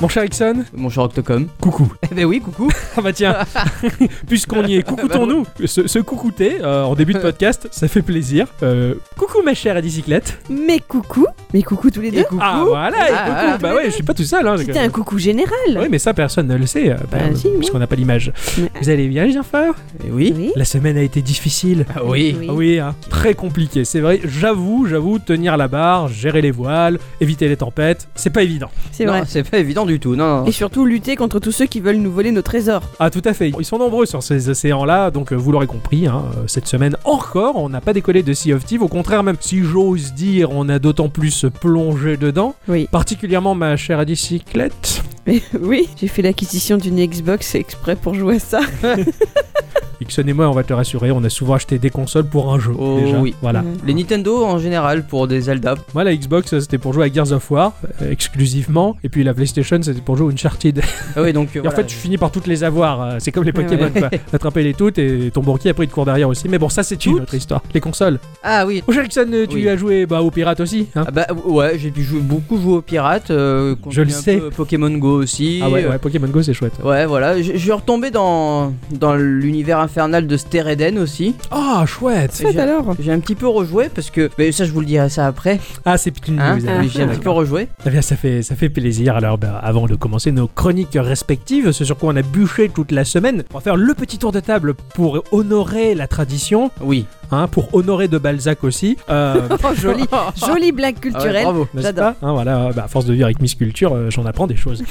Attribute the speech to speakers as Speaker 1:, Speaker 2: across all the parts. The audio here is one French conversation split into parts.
Speaker 1: Mon cher Ixon,
Speaker 2: Mon cher Octocom.
Speaker 1: coucou.
Speaker 2: Eh ben oui, coucou.
Speaker 1: Ah bah tiens, puisqu'on y est, coucoutons-nous. Se, se coucouter euh, en début de podcast, ça fait plaisir. Euh, coucou ma chère Adicyclette.
Speaker 3: Mais coucou, mais coucou tous les deux.
Speaker 2: Et coucou.
Speaker 1: Ah voilà, et
Speaker 2: Ah,
Speaker 1: coucou.
Speaker 2: voilà.
Speaker 1: bah ouais, je suis pas tout seul. Hein,
Speaker 3: C'était un coucou général.
Speaker 1: Oui, mais ça personne ne le sait, euh, bah,
Speaker 3: Ah, si, oui.
Speaker 1: puisqu'on n'a pas l'image.
Speaker 3: Mais-
Speaker 1: Vous allez bien les enfants
Speaker 2: Eh oui.
Speaker 3: Oui.
Speaker 1: La semaine a été difficile.
Speaker 2: Ah oui.
Speaker 3: Oui.
Speaker 1: Ah oui, hein. très compliqué, c'est vrai. J'avoue, j'avoue, tenir la barre, gérer les voiles, éviter les tempêtes, c'est pas évident.
Speaker 3: C'est
Speaker 2: Non,
Speaker 3: vrai.
Speaker 2: c'est pas évident du tout, non.
Speaker 3: Et surtout lutter contre tous ceux qui veulent nous voler nos trésors.
Speaker 1: Ah tout à fait, ils sont nombreux sur ces océans-là, donc euh, vous l'aurez compris, hein, euh, cette semaine encore, on n'a pas décollé de Sea of Thieves, au contraire même, si j'ose dire, on a d'autant plus plongé dedans,
Speaker 3: Oui.
Speaker 1: particulièrement ma chère bicyclette.
Speaker 3: Mais oui, j'ai fait l'acquisition d'une Xbox exprès pour jouer à ça.
Speaker 1: Ixon et moi, on va te rassurer, on a souvent acheté des consoles pour un jeu,
Speaker 2: Oh,
Speaker 1: déjà.
Speaker 2: oui.
Speaker 1: Voilà.
Speaker 3: Mhm.
Speaker 2: Les Nintendo en général pour des Zelda.
Speaker 1: Moi, la Xbox, euh, c'était pour jouer à Gears of War, euh, exclusivement, et puis la PlayStation, c'était pour jouer à Uncharted.
Speaker 2: Ah oui, donc. euh,
Speaker 1: Et
Speaker 2: voilà.
Speaker 1: en fait, tu finis par toutes les avoir. euh, C'est comme les
Speaker 2: Ouais,
Speaker 1: Pokémon,
Speaker 2: ouais.
Speaker 1: quoi. Attraper-les toutes et ton banquier a pris de cours derrière aussi. Mais bon, ça, c'est une
Speaker 2: Toutes
Speaker 1: autre histoire. Les consoles.
Speaker 2: Ah oui.
Speaker 1: Oh, Jackson, euh, tu
Speaker 2: Oui.
Speaker 1: as joué bah, aux pirates aussi. hein
Speaker 2: Ah bah ouais, j'ai dû jouer- beaucoup jouer aux pirates. euh, qu'on
Speaker 1: Je le
Speaker 2: dit un
Speaker 1: sais.
Speaker 2: peu Pokémon Go aussi.
Speaker 1: ah ouais,
Speaker 2: euh,
Speaker 1: ouais, Pokémon Go, c'est chouette.
Speaker 2: ouais, voilà. Je je suis retombé dans, dans l'univers infernal de Stereden aussi.
Speaker 1: Ah, chouette.
Speaker 3: Ça alors
Speaker 2: J'ai un petit peu rejoué parce que. Mais ça, je vous le dirai ça après.
Speaker 1: Ah, c'est une
Speaker 2: Hein
Speaker 1: news.
Speaker 2: Mais j'ai un petit peu rejoué.
Speaker 1: Eh bien, ça fait, ça fait plaisir. Alors, ben, avant de commencer nos chroniques respectives, ce sur quoi on a bûché toute la semaine, on va faire le petit tour de table pour honorer la tradition,
Speaker 2: Oui. Ah
Speaker 1: hein, pour honorer de Balzac aussi. Euh,
Speaker 3: Oh joli, jolie blague
Speaker 2: Ah ouais,
Speaker 3: culturelle.
Speaker 2: bravo.
Speaker 1: N'est-ce
Speaker 3: J'adore.
Speaker 1: pas Hein, voilà, bah, à force de vivre avec Miss Culture, euh, j'en apprends des choses.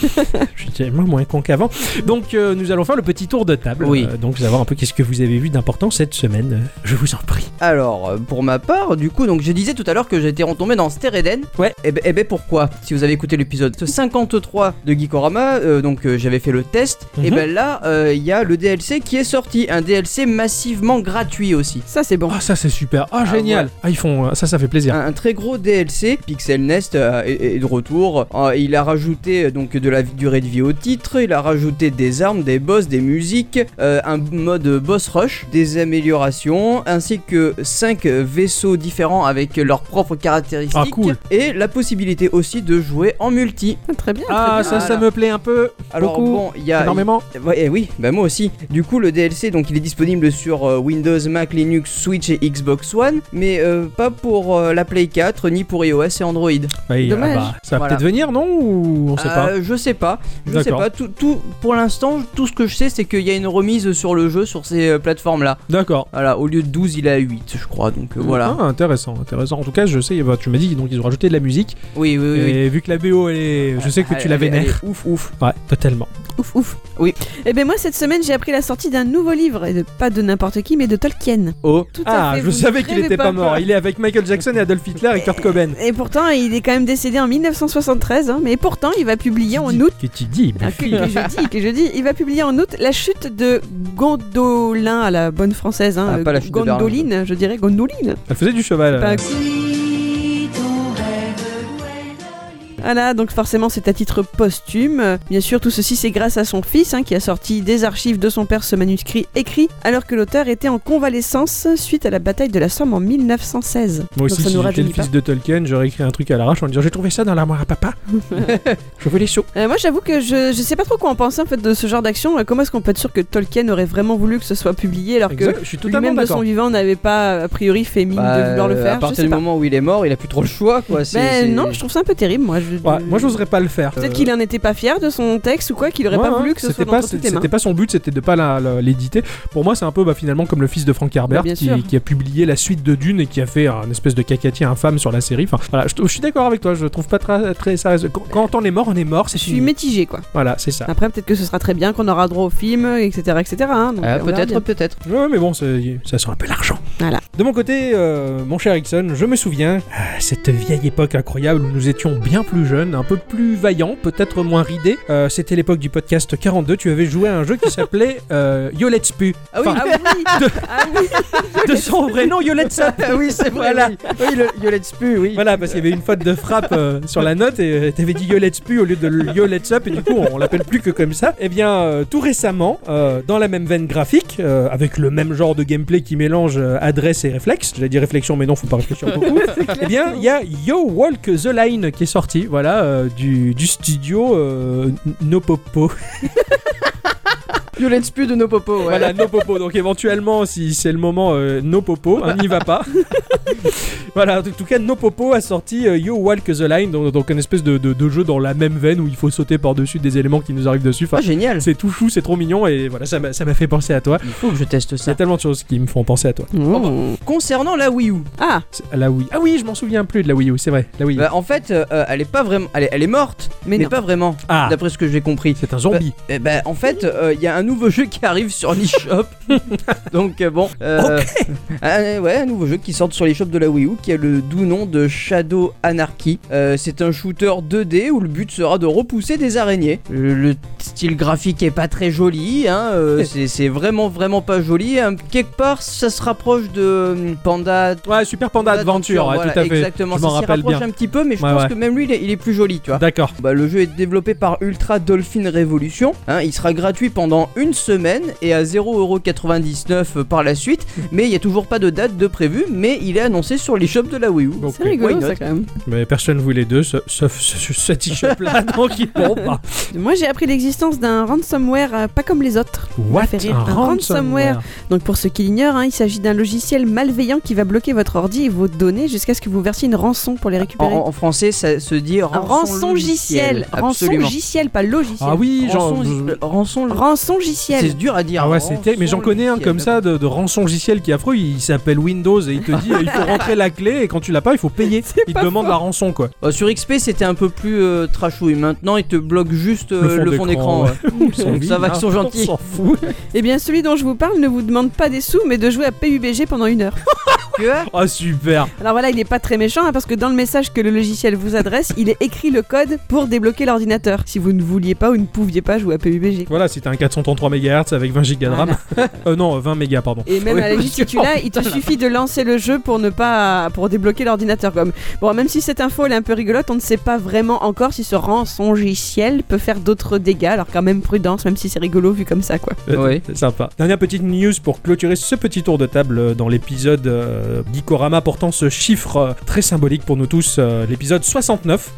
Speaker 1: je suis tellement moins con qu'avant. Donc, euh, nous allons faire le petit tour de table.
Speaker 2: Oui.
Speaker 1: Euh, donc, savoir un peu qu'est-ce que vous avez vu d'important cette semaine. Euh, Je vous en prie.
Speaker 2: Alors, euh, pour ma part, du coup, donc je disais tout à l'heure que j'étais retombé dans Stereden.
Speaker 1: Ouais.
Speaker 2: Et ben, eh ben pourquoi Si vous avez écouté l'épisode 53 de Geekorama, euh, donc euh, j'avais fait le test.
Speaker 1: Mhm.
Speaker 2: Et ben là, euh, il y a le DLC qui est sorti. Un DLC massivement gratuit aussi.
Speaker 3: Ça c'est bon.
Speaker 1: Ah, ça, c'est super. Ah, génial.
Speaker 2: ouais.
Speaker 1: Ah, ils font. euh, Ça, ça fait plaisir.
Speaker 2: Un, un très gros DLC, Pixel Nest euh, est, est de retour. Euh, il a rajouté euh, donc de la vie- durée de vie au titre, il a rajouté des armes, des boss, des musiques, euh, un mode boss rush, des améliorations, ainsi que 5 vaisseaux différents avec leurs propres caractéristiques.
Speaker 1: Ah, cool.
Speaker 2: Et la possibilité aussi de jouer en multi.
Speaker 3: Ah, très bien.
Speaker 1: Ah,
Speaker 2: très
Speaker 1: ça,
Speaker 2: bien.
Speaker 1: ça me plaît un peu.
Speaker 2: Alors
Speaker 1: Beaucoup.
Speaker 2: bon, il y a...
Speaker 1: Énormément.
Speaker 2: Ouais, eh oui, bah moi aussi. Du coup, le DLC, donc il est disponible sur euh, Windows, Mac, Linux, Switch et Xbox One, mais euh, pas pour euh, la Play 4, ni pour iOS et Android.
Speaker 1: Bah, il- ah,
Speaker 3: Dommage.
Speaker 1: bah, ça va
Speaker 2: Voilà.
Speaker 1: peut-être venir, non Ou on sait pas.
Speaker 2: Euh, je sais pas. Je sais
Speaker 1: D'accord.
Speaker 2: pas. Tout, tout- pour l'instant, tout ce que je sais, c'est qu'il y a une remise sur le jeu sur ces euh, plateformes-là.
Speaker 1: D'accord.
Speaker 2: Voilà, au lieu de 12, il est à 8, je crois. Donc euh, voilà.
Speaker 1: Ah, intéressant, intéressant. En tout cas, je sais, bah, tu m'as dit donc ils ont rajouté de la musique.
Speaker 2: Oui, oui, oui. oui.
Speaker 1: Et vu que la BO, elle est, je sais que
Speaker 2: Elle-
Speaker 1: tu la
Speaker 2: elle- elle est
Speaker 1: vénères.
Speaker 2: Ouf, ouf.
Speaker 1: Ouais, totalement.
Speaker 3: Ouf ouf.
Speaker 2: Oui.
Speaker 3: Eh ben moi cette semaine j'ai appris la sortie d'un nouveau livre et de pas de n'importe qui mais de Tolkien.
Speaker 2: Oh.
Speaker 3: Tout à
Speaker 1: Ah,
Speaker 3: fait,
Speaker 1: je
Speaker 3: vous
Speaker 1: savais
Speaker 3: ne
Speaker 1: qu'il
Speaker 3: rêvez
Speaker 1: était pas mort.
Speaker 3: quoi.
Speaker 1: Il est avec Michael Jackson et Adolf Hitler et Kurt Cobain.
Speaker 3: Et pourtant il est quand même décédé en 1973 hein, mais pourtant il va publier en
Speaker 1: Tu dis-
Speaker 3: août
Speaker 1: Que tu dis, ma
Speaker 3: Ah, que,
Speaker 1: fille.
Speaker 3: que je dis, que je dis. Il va publier en août la chute de Gondolin à la bonne française. Hein,
Speaker 2: Ah,
Speaker 3: euh,
Speaker 2: pas la chute de Darwin. Euh.
Speaker 3: Gondoline, je dirais Gondoline.
Speaker 1: Elle faisait du cheval.
Speaker 3: Pas-
Speaker 1: euh.
Speaker 3: Voilà, donc forcément c'est à titre posthume. Euh, Bien sûr, tout ceci c'est grâce à son fils hein, qui a sorti des archives de son père ce manuscrit écrit alors que l'auteur était en convalescence suite à la bataille de la Somme en 1916.
Speaker 1: Moi aussi,
Speaker 3: donc ça
Speaker 1: si
Speaker 3: nous
Speaker 1: j'étais le
Speaker 3: rajeunit pas.
Speaker 1: fils de Tolkien, j'aurais écrit un truc à l'arrache en disant J'ai trouvé ça dans l'armoire à papa. je veux les chauds.
Speaker 3: Euh, moi j'avoue que je, je sais pas trop quoi en penser en fait de ce genre d'action. Euh, Comment est-ce qu'on peut être sûr que Tolkien aurait vraiment voulu que ce soit publié alors que
Speaker 1: Exact, je suis totalement
Speaker 3: lui-même de son
Speaker 1: d'accord.
Speaker 3: vivant n'avait pas a priori fait mine de
Speaker 2: Bah,
Speaker 3: vouloir le faire
Speaker 2: à
Speaker 3: je
Speaker 2: partir
Speaker 3: sais
Speaker 2: du
Speaker 3: pas.
Speaker 2: moment où il est mort, il a plus trop le choix, quoi. c'est-
Speaker 3: Ben
Speaker 2: c'est-
Speaker 3: non, je trouve ça un peu terrible, moi. Je,
Speaker 1: Ouais, moi, j'oserais pas le faire.
Speaker 3: Peut-être
Speaker 2: Euh,
Speaker 3: qu'il en était pas fier de son texte ou quoi, qu'il aurait
Speaker 1: Ouais,
Speaker 3: pas
Speaker 1: ouais,
Speaker 3: voulu que ce soit
Speaker 1: c'était
Speaker 3: dans
Speaker 1: pas,
Speaker 3: toutes tes mains.
Speaker 1: c'était pas son but, c'était de pas la- la- l'éditer. Pour moi, c'est un peu bah, finalement comme le fils de Frank Herbert
Speaker 3: Bah, bien
Speaker 1: qui,
Speaker 3: sûr.
Speaker 1: qui a publié la suite de Dune et qui a fait un espèce de cacatier infâme sur la série. Enfin, voilà, je, je suis d'accord avec toi, je trouve pas très, très ça reste- Quand, quand on est mort, on est mort, c'est
Speaker 3: Je suis
Speaker 1: fini.
Speaker 3: mitigé, quoi.
Speaker 1: Voilà, c'est ça.
Speaker 3: Après, peut-être que ce sera très bien, qu'on aura droit au film, etc. etc. hein, donc,
Speaker 2: Ah,
Speaker 3: on verra
Speaker 2: peut-être,
Speaker 3: bien.
Speaker 2: peut-être.
Speaker 1: Ouais, mais bon, c'est- ça sent un peu l'argent.
Speaker 3: Voilà.
Speaker 1: De mon côté, euh, mon cher Ixon, je me souviens, ah, cette vieille époque incroyable où nous étions bien plus jeunes, un peu plus vaillants, peut-être moins ridés. Euh, C'était l'époque du podcast 42, tu avais joué à un jeu qui s'appelait euh, Yo Let's Pu.
Speaker 2: Ah oui,
Speaker 1: Enfin,
Speaker 3: Ah oui, ah oui.
Speaker 1: de son vrai nom, Yo Let's Sup.
Speaker 2: Ah oui, c'est vrai.
Speaker 1: Voilà.
Speaker 2: Oui, oui le Yolet Spu, oui.
Speaker 1: Voilà, parce qu'il y avait une faute de frappe euh, sur la note et euh, t'avais dit Yo Let's Pu au lieu de le- Yo Let's Up et du coup on, on l'appelle plus que comme ça. Eh bien, euh, tout récemment, euh, dans la même veine graphique, euh, avec le même genre de gameplay qui mélange euh, adresse et réflexe, j'allais dire réflexion, mais non, faut pas réfléchir beaucoup. eh bien, il y a Yo Walk the Line qui est sorti, voilà, euh, du, du studio euh, No Popo.
Speaker 2: Violence plus de nos popos, ouais.
Speaker 1: Voilà, No Popo. Donc éventuellement, si c'est le moment, euh, No Popo, hein, n'y va pas. voilà, en tout cas, No Popo a sorti euh, Yo Walk the Line, donc, donc une espèce de, de- de jeu dans la même veine où il faut sauter par-dessus des éléments qui nous arrivent dessus. Enfin,
Speaker 2: Ah, génial.
Speaker 1: c'est tout chou, c'est trop mignon et voilà, ça m'a ça m'a fait penser à toi.
Speaker 2: Il faut que je teste
Speaker 1: Il y a
Speaker 2: ça.
Speaker 1: tellement de choses qui me font penser à toi.
Speaker 2: Concernant la Wii U,
Speaker 3: Ah,
Speaker 1: C'est- à La Wii. Ah oui, je m'en souviens plus de la Wii U, c'est vrai. La Wii U.
Speaker 2: bah, en fait, euh, euh, elle est pas vraiment, elle est, elle est morte,
Speaker 3: mais,
Speaker 2: mais,
Speaker 3: non.
Speaker 2: pas vraiment,
Speaker 1: Ah,
Speaker 2: d'après ce que j'ai compris.
Speaker 1: c'est un zombie.
Speaker 2: Eh ben, en fait, euh, il y a un nouveau jeu qui arrive sur l'eShop. Donc euh, bon, euh, euh, ouais, un nouveau jeu qui sort sur l'eShop de la Wii U qui a le doux nom de Shadow Anarchy. Euh, c'est un shooter 2D où le but sera de repousser des araignées. Le, le style graphique est pas très joli, hein, euh, c'est, c'est vraiment vraiment pas joli. Hein, Quelque part, ça se rapproche de euh, Panda.
Speaker 1: Ouais, Super Panda Adventure, ouais,
Speaker 2: voilà,
Speaker 1: tout à fait.
Speaker 2: Exactement,
Speaker 1: je
Speaker 2: ça
Speaker 1: m'en
Speaker 2: s'y
Speaker 1: rappelle
Speaker 2: rapproche
Speaker 1: bien.
Speaker 2: un petit peu, mais je
Speaker 1: Ouais,
Speaker 2: pense
Speaker 1: ouais.
Speaker 2: que même lui, il est- il est plus joli, tu vois.
Speaker 1: D'accord.
Speaker 2: Bah, le jeu est développé par Ultra Dolphin Revolution. hein, il sera gratuit pendant une semaine et à 0,99€ par la suite. Mais il n'y a toujours pas de date de prévu. Mais il est annoncé sur les shops de la Wii U.
Speaker 1: Ok.
Speaker 3: C'est rigolo
Speaker 2: Why not
Speaker 3: ça quand même.
Speaker 1: Mais personne voulait deux, sa- sauf ce- ce- ce t-shirt là, donc ils pourront pas.
Speaker 3: Moi j'ai appris l'existence d'un ransomware euh, pas comme les autres.
Speaker 1: What
Speaker 3: fait rire. Un ransomware. Donc pour ceux qui l'ignorent, hein, il s'agit d'un logiciel malveillant qui va bloquer votre ordi et vos données jusqu'à ce que vous versiez une rançon pour les
Speaker 2: En,
Speaker 3: récupérer.
Speaker 2: en français, ça se dit
Speaker 3: un rançon
Speaker 2: rançongiciel.
Speaker 3: logiciel. Rançon
Speaker 2: Absolument.
Speaker 3: logiciel, pas logiciel.
Speaker 1: Ah oui, genre.
Speaker 2: Rançon. rançon-
Speaker 3: Rançon
Speaker 2: C'est
Speaker 3: logiciel.
Speaker 2: dur à dire.
Speaker 1: Ah ouais, c'était. Mais j'en connais un
Speaker 2: rançongiciel.
Speaker 1: comme ça de, de rançongiciel qui est affreux. Il s'appelle Windows et il te dit il faut rentrer la clé et quand tu l'as pas, il faut payer. Il te demande la rançon quoi.
Speaker 2: Euh, sur XP, c'était un peu plus euh, trashouille. Maintenant, ils te bloquent juste euh, le fond d'écran. ouais.
Speaker 1: Son
Speaker 2: Ça va,
Speaker 1: vie,
Speaker 2: ils sont
Speaker 1: hein,
Speaker 2: gentils.
Speaker 1: On s'en fout.
Speaker 3: Eh bien celui dont je vous parle ne vous demande pas des sous mais de jouer à PUBG pendant une heure.
Speaker 2: Que
Speaker 1: Ah super.
Speaker 3: Alors voilà, il n'est pas très méchant hein, parce que dans le message que le logiciel vous adresse, il est écrit le code pour débloquer l'ordinateur si vous ne vouliez pas ou ne pouviez pas jouer à PUBG.
Speaker 1: Voilà, c'était un 433 MHz avec 20 Go de RAM. Euh, non, 20 mégas pardon.
Speaker 3: Et même
Speaker 1: Oui,
Speaker 3: à la limite, si tu l'as, il te suffit de lancer le jeu pour ne pas pour débloquer l'ordinateur. Comme bon, même si cette info elle est un peu rigolote, on ne sait pas vraiment encore si ce rançongiciel peut faire d'autres dégâts. Alors quand même prudence, même si c'est rigolo vu comme ça quoi.
Speaker 2: Ouais.
Speaker 1: Euh, C'est Sympa. Dernière petite news pour clôturer ce petit tour de table euh, dans l'épisode euh, d'Ikorama portant ce chiffre euh, très symbolique pour nous tous, euh, l'épisode 69.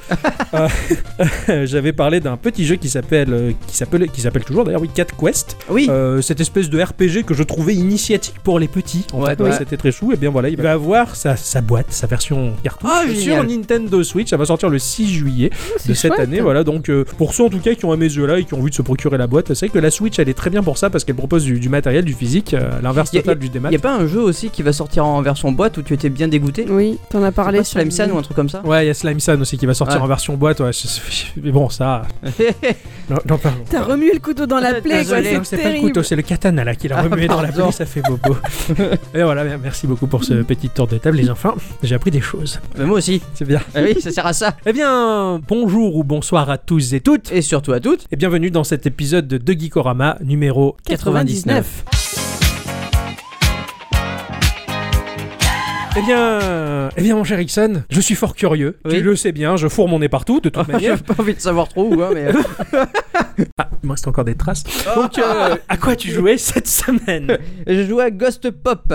Speaker 1: Euh, J'avais parlé d'un petit jeu qui s'appelle, euh, qui s'appelle, qui s'appelle toujours d'ailleurs, oui, Cat Quest.
Speaker 2: Oui.
Speaker 1: Euh, cette espèce de RPG que je trouvais initiatique pour les petits. En
Speaker 2: Ouais, bah,
Speaker 1: fait,
Speaker 2: ouais.
Speaker 1: c'était très chou. Et bien voilà, il va avoir sa, sa boîte, sa version cartouche
Speaker 2: Ah,
Speaker 1: sur
Speaker 2: génial.
Speaker 1: Nintendo Switch. Ça va sortir le 6 juillet de cette année. Voilà, donc euh, pour ceux en tout cas qui ont aimé ce jeu-là et qui ont envie de se procurer la boîte, c'est vrai que la Switch elle est très bien pour ça parce qu'elle propose du, du matériel, du physique, euh, à l'inverse
Speaker 2: Y a-
Speaker 1: total du démat.
Speaker 2: Y a pas un jeu aussi qui va sortir en version boîte où tu étais bien dégoûté
Speaker 3: Oui, t'en as parlé.
Speaker 2: Pas Slime San ou un truc comme ça
Speaker 1: Ouais, il y a Slime Sun aussi qui va sortir
Speaker 2: Ouais.
Speaker 1: en version boîte. Ouais, c'est- mais bon, ça. Non, non, pardon.
Speaker 3: T'as remué le couteau dans la plaie, quoi,
Speaker 2: Ah, Désolé,
Speaker 1: Non,
Speaker 3: c'est
Speaker 1: C'est pas le
Speaker 3: terrible.
Speaker 1: couteau, c'est le katana là qui l'a
Speaker 2: Ah,
Speaker 1: remué dans la
Speaker 2: pardon.
Speaker 1: plaie, ça fait bobo. et voilà, bien, merci beaucoup pour ce petit tour de table, les enfants. J'ai appris des choses.
Speaker 2: Mais moi aussi.
Speaker 1: C'est bien.
Speaker 2: Ah oui, ça sert à ça.
Speaker 1: Eh bien, bonjour ou bonsoir à tous et toutes,
Speaker 2: Et surtout à toutes.
Speaker 1: et bienvenue dans cet épisode de De Geekorama numéro 99. Eh bien, eh bien, mon cher Ixon, je suis fort curieux.
Speaker 2: Oui. Ah,
Speaker 1: Tu le sais bien, je fourre mon nez partout, de toute
Speaker 2: J'ai
Speaker 1: manière.
Speaker 2: pas envie de savoir trop où, hein, mais.
Speaker 1: ah, il me reste encore des traces. Donc, euh, à quoi tu jouais cette semaine
Speaker 2: Je jouais à Ghost Pop.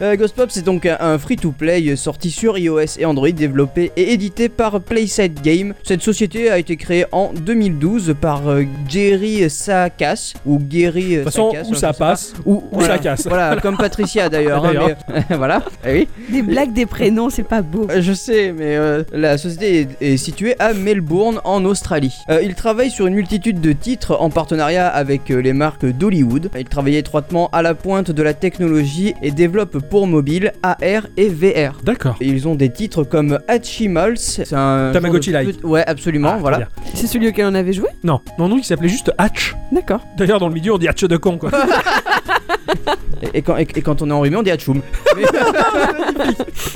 Speaker 2: Euh, Ghost Pop, c'est donc un, un free-to-play sorti sur iOS et Android, développé et édité par Playside Game. Cette société a été créée en 2012 par euh, Jerry Sakas ou Gary
Speaker 1: De
Speaker 2: euh,
Speaker 1: toute façon, où ça passe,
Speaker 2: ou,
Speaker 1: où
Speaker 2: voilà.
Speaker 1: ça casse.
Speaker 2: Voilà, comme Patricia d'ailleurs. hein,
Speaker 1: D'ailleurs.
Speaker 2: mais- voilà. Eh oui.
Speaker 3: Des blagues, des prénoms, c'est pas beau.
Speaker 2: Euh, Je sais, mais euh, la société est, est située à Melbourne, en Australie. Euh, il travaille sur une multitude de titres en partenariat avec euh, les marques d'Hollywood. Il travaille étroitement à la pointe de la technologie et développe pour mobile, AR et VR.
Speaker 1: D'accord.
Speaker 2: Et Ils ont des titres comme Hatchimals, c'est un
Speaker 1: Tamagotchi
Speaker 2: genre de
Speaker 1: Like.
Speaker 2: petit- Ouais, absolument,
Speaker 1: Ah,
Speaker 2: voilà.
Speaker 1: très bien.
Speaker 3: C'est celui auquel on avait joué
Speaker 1: Non, non, non, il s'appelait juste Hatch.
Speaker 3: D'accord.
Speaker 1: D'ailleurs, dans le milieu, on dit Hatch de con, quoi.
Speaker 2: Et, et quand, et- et quand on est enrhumé, on dit Hatchoum. Mais-